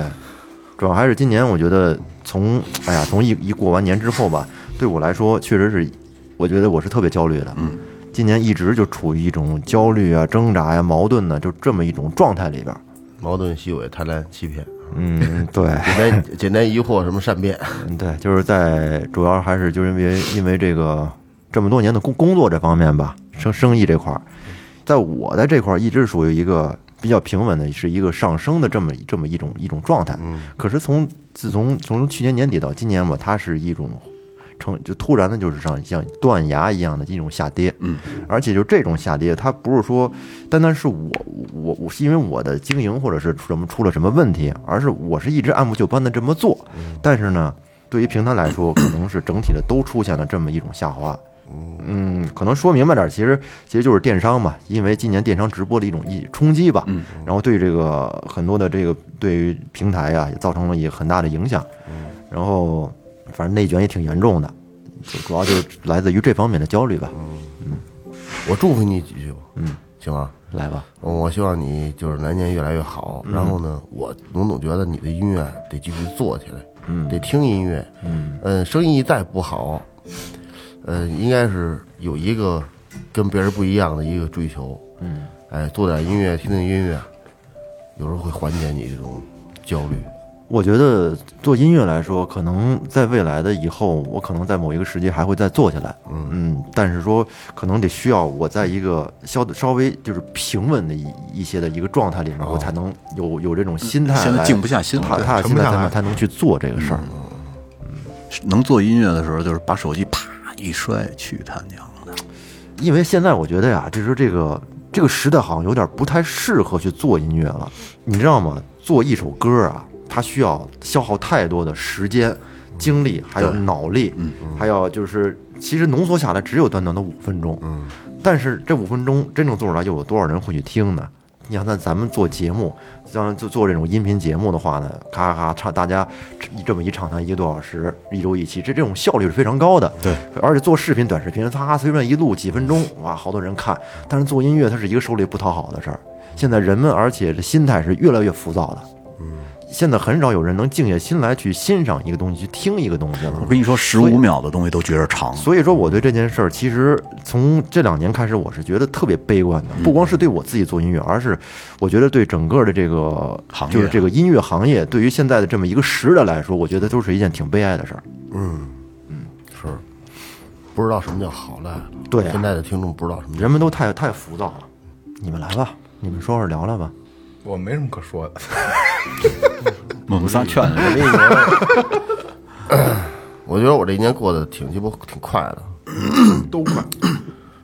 Speaker 2: 主要还是今年我觉得从哎呀，从一一过完年之后吧，对我来说确实是，我觉得我是特别焦虑的。嗯，今年一直就处于一种焦虑啊、挣扎呀、矛盾呢、就这么一种状态里边儿。
Speaker 4: 矛盾、虚伪、贪婪、欺骗，
Speaker 2: 嗯，对。
Speaker 4: 简单 简单疑惑，什么善变，
Speaker 2: 嗯，对，就是在主要还是就是因为因为这个这么多年的工工作这方面吧，生生意这块儿，在我在这块儿一直属于一个比较平稳的，是一个上升的这么这么一种一种状态。可是从自从从去年年底到今年吧，它是一种。成就突然的，就是像像断崖一样的一种下跌，嗯，而且就这种下跌，它不是说单单是我我我是因为我的经营或者是什么出了什么问题，而是我是一直按部就班的这么做，但是呢，对于平台来说，可能是整体的都出现了这么一种下滑。嗯，可能说明白点儿，其实其实就是电商嘛，因为今年电商直播的一种一冲击吧，然后对这个很多的这个对于平台呀、也造成了也很大的影响，然后反正内卷也挺严重的，就主要就是来自于这方面的焦虑吧。
Speaker 4: 我祝福你几句吧，嗯，行吗？
Speaker 2: 来吧，
Speaker 4: 我希望你就是来年越来越好。
Speaker 2: 嗯
Speaker 4: 然后呢，我总总觉得你的音乐得继续做起来，嗯，得听音乐，嗯，呃，生意再不好，呃，应该是有一个跟别人不一样的一个追求，嗯，哎，做点音乐，听听音乐，有时候会缓解你这种焦虑。
Speaker 2: 我觉得做音乐来说，可能在未来的以后，我可能在某一个时期还会再做起来，嗯但是说可能得需要我在一个稍稍微就是平稳的一一些的一个状态里面，我才能有有这种心态来，嗯
Speaker 5: 现在静不下心
Speaker 2: 踏
Speaker 5: 来，
Speaker 2: 踏实
Speaker 3: 沉
Speaker 2: 心
Speaker 3: 不
Speaker 2: 态
Speaker 3: 下来
Speaker 2: 才能才能去做这个事儿。
Speaker 5: 能做音乐的时候，就是把手机啪一摔，去他娘的！
Speaker 2: 因为现在我觉得呀，就是这个这个时代好像有点不太适合去做音乐了，你知道吗？做一首歌啊，它需要消耗太多的时间、精力，还有脑力，还有就是，其实浓缩下来只有短短的五分钟。嗯，但是这五分钟真正做出来，又有多少人会去听呢？你想，那咱们做节目，像就做这种音频节目的话呢，咔咔唱，大家这么一畅谈一个多小时，一周一期，这这种效率是非常高的。
Speaker 5: 对，
Speaker 2: 而且做视频、短视频，咔咔随便一录几分钟，哇，好多人看。但是做音乐，它是一个手里不讨好的事儿。现在人们，而且这心态是越来越浮躁的。现在很少有人能静下心来去欣赏一个东西，去听一个东西了。
Speaker 5: 我跟你说，十五秒的东西都觉着长。
Speaker 2: 所以说，我对这件事儿，其实从这两年开始，我是觉得特别悲观的。不光是对我自己做音乐，而是我觉得对整个的这个
Speaker 5: 行业
Speaker 2: 就是这个音乐行业，对于现在的这么一个时代来说，我觉得都是一件挺悲哀的事儿。
Speaker 4: 是，不知道什么叫好赖了。
Speaker 2: 对啊
Speaker 4: 现在的听众不知道什么叫
Speaker 2: 人们都太太浮躁了。你们来吧，你们说说聊聊吧。
Speaker 3: 我没什么可说的。
Speaker 5: 我们仨劝劝，
Speaker 4: 我觉得我这一年过得挺鸡巴挺快的，
Speaker 3: 都快，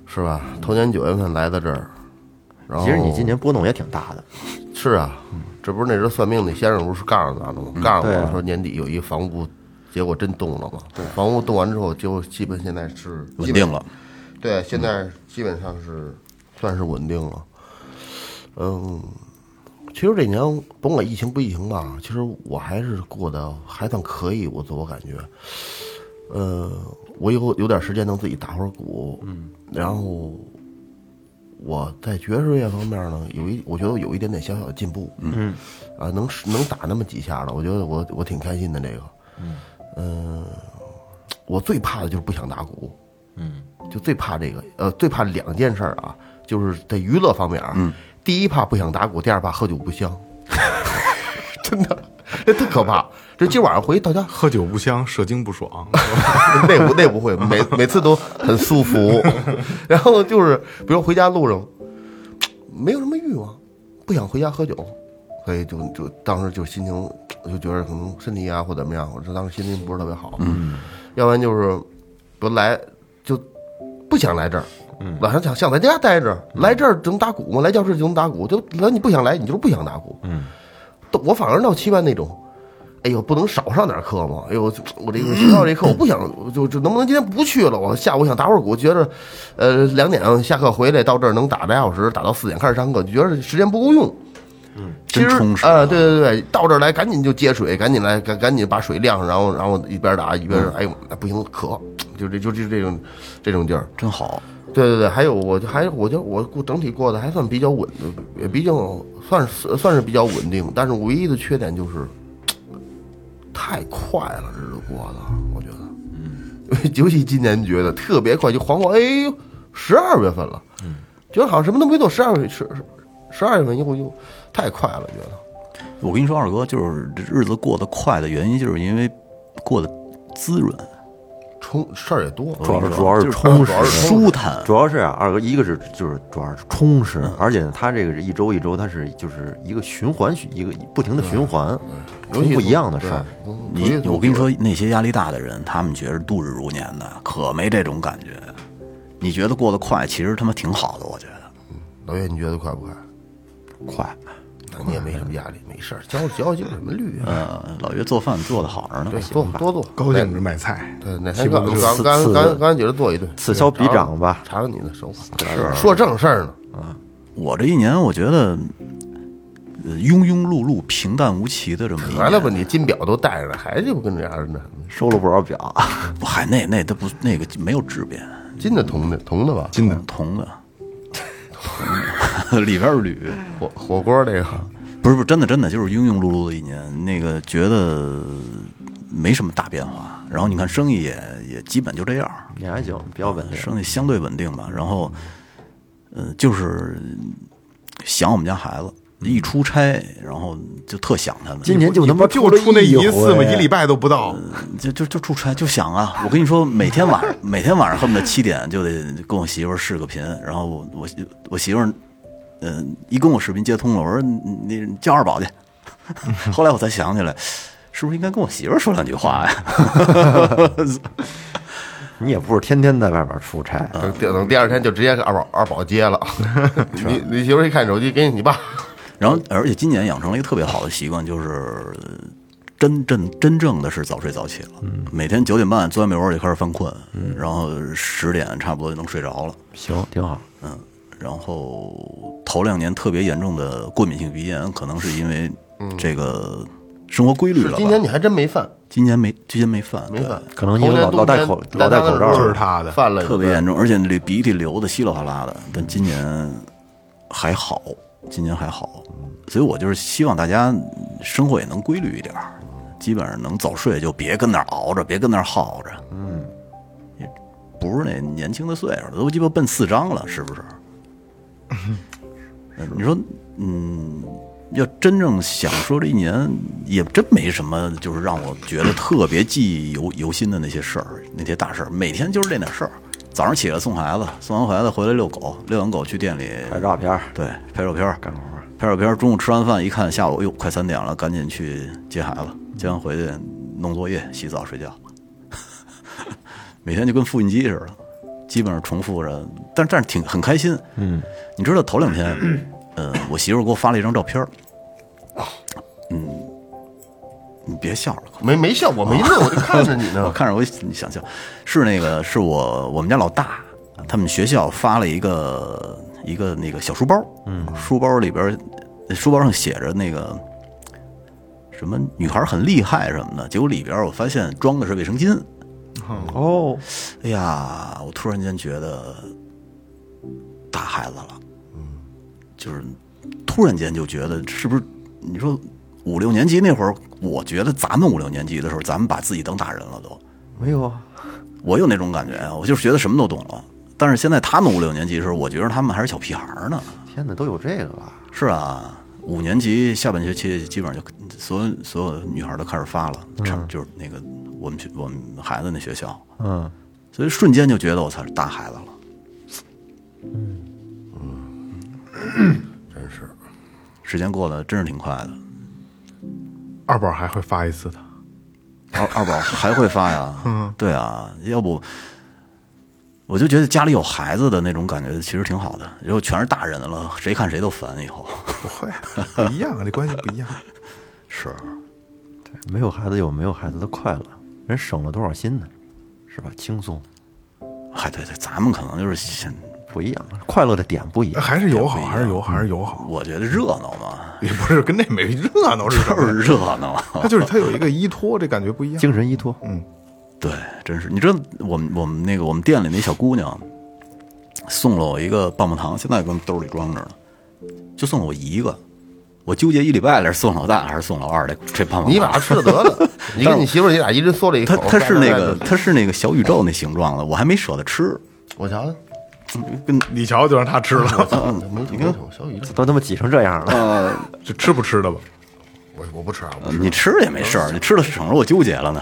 Speaker 4: 是吧？头年九月份来到这儿，然后
Speaker 2: 其实你今年波动也挺大的，
Speaker 4: 是啊，这不是那时候算命那先生不是告诉咱了吗？告诉
Speaker 2: 对
Speaker 4: 我
Speaker 2: 啊
Speaker 4: 说年底有一房屋，结果真动了嘛。房屋动完之后，结果基本现在是
Speaker 5: 稳定了。
Speaker 4: 对，现在基本上是算是稳定了。嗯，其实这年甭管疫情不疫情吧，其实我还是过得还算可以，我自我感觉。呃，我有有点时间能自己打会儿鼓，嗯，然后我在爵士乐方面呢，有一我觉得有一点点小小的进步，嗯，啊，能能打那么几下了，我觉得我我挺开心的这个，嗯，我最怕的就是不想打鼓，就最怕这个，呃，最怕两件事儿啊，就是在娱乐方面啊，第一怕不想打鼓，第二怕喝酒不香， 真的， 这特可怕。这今晚上回到家，
Speaker 3: 喝酒不香，射精不爽。
Speaker 4: 那不那不会，每每次都很舒服。 然后就是，比如回家路上，没有什么欲望，不想回家喝酒，所以就就当时就心情，我就觉得可能身体啊或怎么样，我这当时心情不是特别好。嗯，要不然就是不来就不想来这儿。晚上想想在家待着，来这儿能打鼓吗？来教室就能打鼓，就来你不想来，你就是不想打鼓。嗯，我反而到七班那种，哎呦，不能少上点课吗？哎呦，我这个学校这课我不想，就就能不能今天不去了？我下午想打会儿鼓，觉着，呃，两点下课回来到这儿能打俩小时，打到四点开始上课，觉着时间不够用。嗯，其
Speaker 5: 真
Speaker 4: 实
Speaker 5: 充实
Speaker 4: 啊、对对对，到这儿来赶紧就接水，赶紧来赶赶紧把水晾上，然后然后一边打一
Speaker 5: 嗯
Speaker 4: 边，哎呦不行渴，就这就这这种这种劲儿。
Speaker 5: 真好，
Speaker 4: 对对对，还有我就还我觉得我过整体过得还算比较稳，也毕竟算是算是比较稳定，但是唯一的缺点就是太快了，日子过得我觉得，嗯， 尤其今年觉得特别快，就晃晃，哎呦，十二月份了，嗯，觉得好像什么都没做，十二月十十二月份又又太快了，觉得
Speaker 5: 我跟你说，二哥就是这日子过得快的原因，就是因为过得滋润，
Speaker 4: 充事儿也多，
Speaker 2: 主要是主要是 充实
Speaker 5: 就是舒坦。
Speaker 2: 主要是啊，二哥，一个是就是主要是充实，而且呢，它这个是一周一周，它是就是一个循环，一个不停的循环，
Speaker 4: 尤
Speaker 2: 重
Speaker 4: 其
Speaker 2: 复一样的事儿。
Speaker 4: 对，从
Speaker 5: 你
Speaker 4: 从
Speaker 5: 我跟你说，那些压力大的人，他们觉着度日如年的，可没这种感觉。你觉得过得快，其实他妈挺好的，我觉得
Speaker 4: 老岳，你觉得快不快？
Speaker 5: 快。
Speaker 4: 那你也没什么压力，没事儿，交交劲儿什么绿啊？
Speaker 5: 呃，老岳做饭做的好着呢
Speaker 4: 对，，多多做，
Speaker 3: 高兴着买菜，
Speaker 4: 对，哪
Speaker 3: 七
Speaker 4: 天
Speaker 3: 八
Speaker 4: 刚
Speaker 3: 个
Speaker 4: 刚
Speaker 2: 四
Speaker 4: 刚
Speaker 2: 次
Speaker 4: 刚刚觉得做一顿，
Speaker 2: 此消彼长吧
Speaker 4: 尝尝你的手法。说正事儿呢，
Speaker 5: 我这一年我觉得呃庸庸碌碌、平淡无奇的这么一
Speaker 4: 完了
Speaker 5: 年。
Speaker 4: 吧，你金表都戴着，还就跟这样的，
Speaker 2: 收了不少表，
Speaker 5: 嗨，那那都不那个没有质变，
Speaker 4: 金的铜的铜的吧，
Speaker 3: 金的
Speaker 5: 铜的， 铜的里边儿铝。
Speaker 4: 火火锅这个
Speaker 5: 不是不是真的真的就是庸庸碌碌的一年，那个觉得没什么大变化。然后你看生意也也基本就这样，
Speaker 2: 也还行，比较稳定。
Speaker 5: 生意相对稳定吧。然后，呃，就是想我们家孩子，一出差然后就特想他们。
Speaker 2: 今年就
Speaker 3: 你
Speaker 2: 他妈
Speaker 3: 不就出那
Speaker 2: 一
Speaker 3: 次吗？
Speaker 2: 回
Speaker 3: 一礼拜都不到。
Speaker 5: 就就就出差就想啊，我跟你说，每天晚上每天晚上恨不得七点就得跟我媳妇儿视个频，然后我我我媳妇儿，嗯、一跟我视频接通了，我说你你叫二宝去， 后来我才想起来，是不是应该跟我媳妇儿说两句话呀？
Speaker 2: 你也不是天天在外边出差，
Speaker 4: 等等第二天就直接给二宝二宝接了。你你媳妇儿一看手机，给你爸，
Speaker 5: 然后而且今年养成了一个特别好的习惯，就是真正真正的是早睡早起了，每天九点半钻被窝就开始犯困，然后十点差不多就能睡着了。
Speaker 2: 行，挺好。
Speaker 5: 嗯，然后头两年特别严重的过敏性鼻炎，可能是因为这个生活规律
Speaker 4: 嗯是
Speaker 5: 了吧。
Speaker 4: 今年你还真没犯，
Speaker 5: 今年没，今年没犯，
Speaker 4: 没
Speaker 5: 对
Speaker 4: 犯，
Speaker 2: 可能因为老
Speaker 4: 头年
Speaker 2: 老戴口
Speaker 4: 冬天
Speaker 2: 老戴口罩
Speaker 4: 那时候
Speaker 3: 就是他的
Speaker 4: 犯了，
Speaker 5: 特别严重，而且那鼻涕流的稀里哗啦的。但今年还好，今年还好，所以我就是希望大家生活也能规律一点儿，基本上能早睡就别跟那儿熬着，别跟那儿耗着。嗯，也不是那年轻的岁数，都鸡巴奔四张了，是不是？呃你说，嗯，要真正想说这一年，也真没什么，就是让我觉得特别记忆犹犹新的那些事儿，那些大事儿，每天就是这点事儿。早上起来送孩子，送完孩子回来遛狗，遛完狗去店里
Speaker 2: 拍照片儿，
Speaker 5: 对，拍照片儿，干活拍照片儿。中午吃完饭一看，下午哎呦快三点了，赶紧去接孩子，接完回去弄作业、洗澡、睡觉， 每天就跟复印机似的，基本上重复着，但但是挺很开心。嗯，你知道头两天，呃，我媳妇儿给我发了一张照片儿嗯，你别笑了，
Speaker 4: 没没笑，我没乐，我就看着你
Speaker 5: 我
Speaker 4: 呢。
Speaker 5: 看着我想笑，是那个是我我们家老大，他们学校发了一个一个那个小书包，嗯，书包里边书包上写着那个什么女孩很厉害什么的，结果里边我发现装的是卫生巾，
Speaker 2: 哦，
Speaker 5: 哎呀，我突然间觉得大孩子了，嗯，就是突然间就觉得是不是？你说五六年级那会儿，我觉得咱们五六年级的时候，咱们把自己当大人了都。
Speaker 2: 没有啊，
Speaker 5: 我有那种感觉啊，我就是觉得什么都懂了。但是现在他们五六年级的时候，我觉得他们还是小屁孩儿呢。
Speaker 2: 天哪，都有这个了，
Speaker 5: 是啊，五年级下半学期基本上就所有所有女孩儿都开始发了，差不多就是那个我们学我们孩子那学校，
Speaker 2: 嗯，
Speaker 5: 所以瞬间就觉得我操是大孩子了。嗯嗯，真是，时间过得真是挺快的。
Speaker 3: 二宝还会发一次的，
Speaker 5: 二二宝还会发呀？对啊，要不我就觉得家里有孩子的那种感觉其实挺好的。以后全是大人了，谁看谁都烦。以后
Speaker 3: 不会，不一样，啊这关系不一样。
Speaker 5: 是
Speaker 2: 没有孩子有没有孩子的快乐，人省了多少心呢，是吧？轻松
Speaker 5: 哎，对对，咱们可能就是现，
Speaker 2: 不一样，快乐的点不一样，
Speaker 3: 还是友好，还是友好，还是友好，
Speaker 5: 我觉得热闹嘛，
Speaker 3: 也不是跟那没热闹似
Speaker 5: 就是
Speaker 3: 的。
Speaker 5: 热闹。
Speaker 3: 他就是他有一个依托，这感觉不一样。
Speaker 2: 精神依托，
Speaker 5: 对，真是。你知道我们我们那个我们店里那小姑娘送了我一个棒棒糖，现在跟兜里装着呢，就送了我一个。我纠结一礼拜了，是送老大还是送老二这这棒棒糖？
Speaker 4: 你把它吃了得了，你跟你媳妇儿你俩一人嗦了一
Speaker 5: 它
Speaker 4: 口。
Speaker 5: 它是那个
Speaker 4: 叭叭叭
Speaker 5: 它是那个小宇宙那形状的，我还没舍得吃。
Speaker 4: 我瞧瞧，
Speaker 5: 跟
Speaker 3: 你瞧，就让他吃了，
Speaker 4: 没没瞅小雨，
Speaker 2: 都他妈挤成这样了，
Speaker 3: 这吃不吃的吧？
Speaker 4: 我我不吃啊，我不
Speaker 5: 呃
Speaker 4: 吃，
Speaker 5: 你吃了也没事儿，你吃了省着我纠结了呢。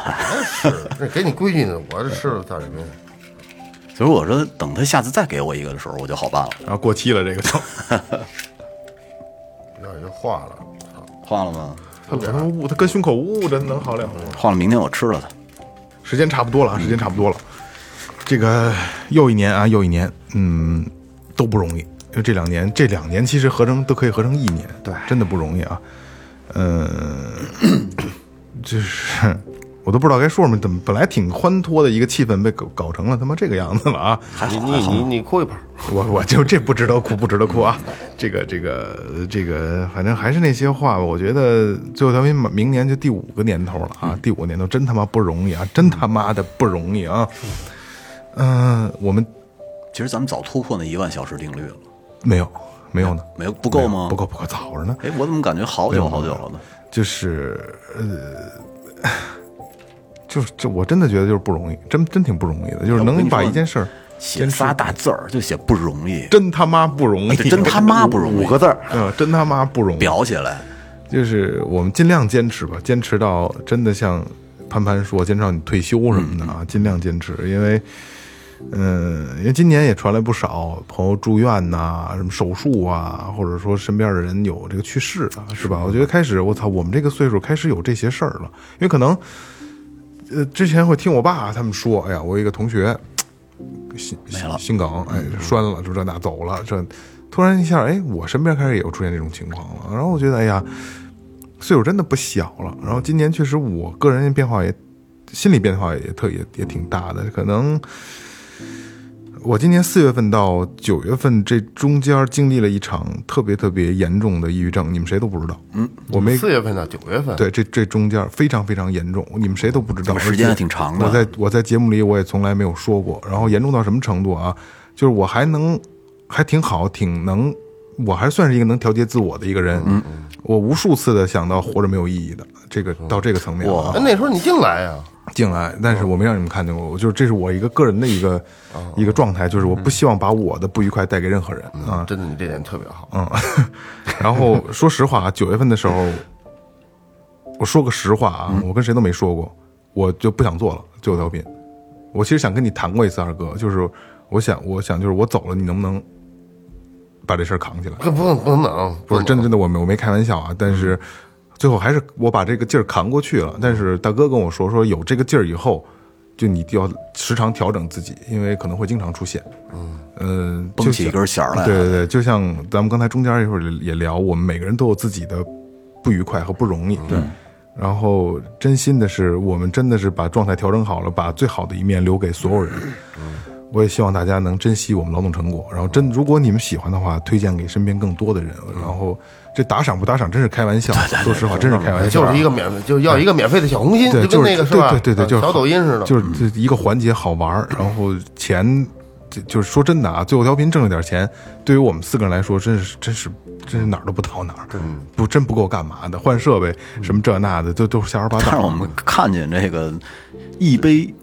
Speaker 4: 是那给你闺女呢，我这吃了咋也没。
Speaker 5: 所以我说，等他下次再给我一个的时候，我就好办了。
Speaker 3: 然后过期了，这个就
Speaker 4: 有点就化了。操
Speaker 5: 换了吗？
Speaker 3: 他老捂，他跟胸口捂着能好了吗？
Speaker 5: 换了，明天我吃了它。
Speaker 3: 时间差不多了啊，时间差不多了。这个又一年啊，又一年，嗯，都不容易。因为这两年，这两年其实合成都可以合成一年，对，真的不容易啊。嗯， 就是我都不知道该说什么，怎么本来挺欢脱的一个气氛被搞搞成了他妈这个样子了啊！
Speaker 4: 你你你你哭一盘，
Speaker 3: 我我就这不值得哭，不值得哭啊！这个这个这个，反正还是那些话，我觉得最后调频明年就第五个年头了
Speaker 5: 嗯
Speaker 3: 啊，第五个年头真他妈不容易啊，真他妈的不容易啊！嗯、我们
Speaker 5: 其实咱们早突破那一万小时定律了，
Speaker 3: 没有没有呢，
Speaker 5: 没有不够吗？
Speaker 3: 不够。不够，早着呢。
Speaker 5: 哎，我怎么感觉好久好久了呢？
Speaker 3: 就是呃，就是这，我真的觉得就是不容易，真真挺不容易的，就是
Speaker 5: 我跟
Speaker 3: 能
Speaker 5: 你说
Speaker 3: 把一件事儿
Speaker 5: 写仨大字儿就写不容易，
Speaker 3: 真他妈不容易，
Speaker 5: 这真他妈不容易。
Speaker 2: 五个 字儿，
Speaker 3: 嗯，真他妈不容易。
Speaker 5: 裱起来，
Speaker 3: 就是我们尽量坚持吧，坚持到真的像潘潘说，坚持到你退休什么的啊，尽量坚持，因为，嗯、因为今年也传来不少朋友住院呐、什么手术啊，或者说身边的人有这个去世啊，是吧？我觉得开始我操，我们这个岁数开始有这些事儿了，因为可能，呃，之前会听我爸他们说，哎呀，我有一个同学，心
Speaker 5: 没了嗯
Speaker 3: 心梗，哎，栓了，就这那走了，这突然一下，哎，我身边开始也有出现这种情况了。然后我觉得，哎呀，岁数真的不小了。然后今年确实，我个人变化也，心理变化也特也也挺大的。可能，我今年四月份到九月份这中间经历了一场特别特别严重的抑郁症，你们谁都不知道。嗯，我没
Speaker 4: 四月份到九月份，
Speaker 3: 对，这这中间非常非常严重，你们谁都不知道，
Speaker 5: 时间
Speaker 3: 而且
Speaker 5: 还挺长的
Speaker 3: 我在我在节目里我也从来没有说过，然后严重到什么程度啊？就是我还能，还挺好，挺能，我还算是一个能调节自我的一个人。嗯，我无数次的想到活着没有意义的，这个到这个层面了啊
Speaker 4: 哎那时候你净来啊，
Speaker 3: 进来，但是我没让你们看见过，我就是这是我一个个人的一个一个状态，就是我不希望把我的不愉快带给任何人啊。
Speaker 4: 真的你这点特别好，
Speaker 3: 嗯， 然后说实话，啊九月份的时候，我说个实话啊，我跟谁都没说过，我就不想做了最后调频。我其实想跟你谈过一次，二哥，就是我想，我想就是我走了，你能不能把这事儿扛起来？
Speaker 4: 不不不能，啊
Speaker 3: 不是真的真的，我没我没开玩笑啊，但
Speaker 5: 嗯
Speaker 3: 是最后还是我把这个劲儿扛过去了。但是大哥跟我说，说有这个劲儿以后，就你就要时常调整自己，因为可能会经常出现。嗯，呃，
Speaker 5: 绷
Speaker 3: 就
Speaker 5: 起一
Speaker 3: 像
Speaker 5: 根弦儿来
Speaker 3: 对对对，就像咱们刚才中间一会儿也聊，我们每个人都有自己的不愉快和不容易。
Speaker 5: 嗯
Speaker 3: 对。然后，真心的是，我们真的是把状态调整好了，把最好的一面留给所有人。我也希望大家能珍惜我们劳动成果，然后
Speaker 4: 哦
Speaker 3: 真如果你们喜欢的话，推荐给身边更多的人。
Speaker 4: 嗯
Speaker 3: 然后这打赏不打赏，真是开玩笑，说实话，真是开玩笑
Speaker 4: 就
Speaker 3: 啊。
Speaker 4: 是一个免费，就要一个免费的小红心，
Speaker 3: 对，
Speaker 4: 跟
Speaker 3: 就是
Speaker 4: 那个
Speaker 3: 对
Speaker 4: 吧？啊
Speaker 3: 对对对，就是
Speaker 4: 小抖音似的，嗯
Speaker 3: 就是这一个环节好玩儿，然后钱，就就是说真的啊，最后调频挣了点钱，对于我们四个人来说，真是真是真是哪儿都不到哪儿，不真不够干嘛的，换设备
Speaker 4: 嗯
Speaker 3: 什么这那的，都都是瞎说八
Speaker 5: 但是我
Speaker 3: 道。
Speaker 5: 们看见这个一杯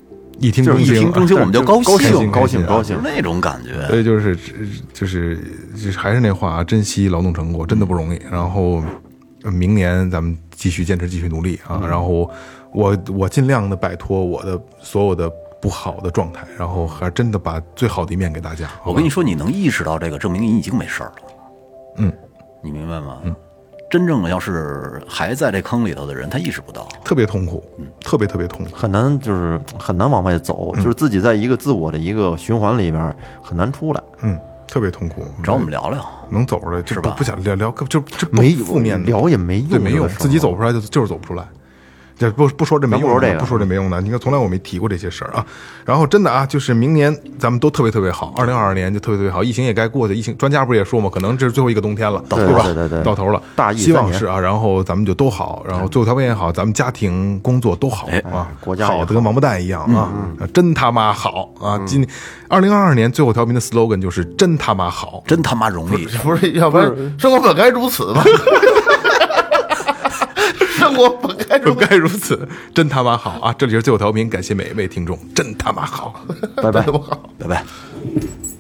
Speaker 3: 一听
Speaker 5: 就是
Speaker 3: 更
Speaker 5: 一
Speaker 3: 新，
Speaker 5: 听 更新，我们就
Speaker 3: 高
Speaker 5: 兴，
Speaker 2: 高兴高兴
Speaker 5: 就是那种感觉。
Speaker 3: 所以就是就是就是还是那话，啊珍惜劳动成果，真的不容易。然后呃明年咱们继续坚持，继续努力啊。然后我我尽量的摆脱我的所有的不好的状态，然后还真的把最好的一面给大家。好吧
Speaker 5: 我跟你说，你能意识到这个，证明你已经没事儿了。
Speaker 3: 嗯，
Speaker 5: 你明白吗？嗯，真正的要是还在这坑里头的人，他意识不到。
Speaker 3: 特别痛苦，特别特别痛苦。
Speaker 2: 很难就是很难往外走，就是自己在一个自我的一个循环里边儿很难出来。
Speaker 3: 嗯，特别痛苦。
Speaker 5: 找我们聊聊，
Speaker 3: 能走出来就是不
Speaker 5: 吧
Speaker 3: 不想聊聊，就这不
Speaker 2: 没有
Speaker 3: 负面的
Speaker 2: 聊也没用
Speaker 3: 对，没
Speaker 2: 有
Speaker 3: 用
Speaker 2: 的时，候
Speaker 3: 自己走不出来就就是走不出来。这不不说这没
Speaker 2: 咱不
Speaker 3: 用的，
Speaker 2: 说这个
Speaker 3: 不说这没用的，你看从来我没提过这些事儿啊。然后真的啊，就是明年咱们都特别特别好，二零二二年就特别特别好，疫情也该过去，疫情专家不是也说嘛，可能这是最后一个冬天了，
Speaker 2: 对
Speaker 3: 吧？
Speaker 2: 对对对
Speaker 3: 到头了，
Speaker 2: 大疫
Speaker 3: 希
Speaker 2: 三
Speaker 3: 望
Speaker 2: 年
Speaker 3: 是啊，然后咱们就都好，然后最后条件也好，咱们家庭工作都好啊，
Speaker 2: 哎国家也嗯
Speaker 3: 好的跟王八蛋一样啊，啊真他妈好啊！今二零二二年最后调频的 slogan 就是真他妈好，
Speaker 5: 真他妈容易。
Speaker 4: 不是，要不然生活本该如 此嘛。生活本 该哎如
Speaker 3: 本该如此，真他妈好啊！这里是最后调频，感谢每一位听众，真他妈好。
Speaker 2: 拜拜。
Speaker 4: 此。
Speaker 5: 拜拜。
Speaker 4: 嗯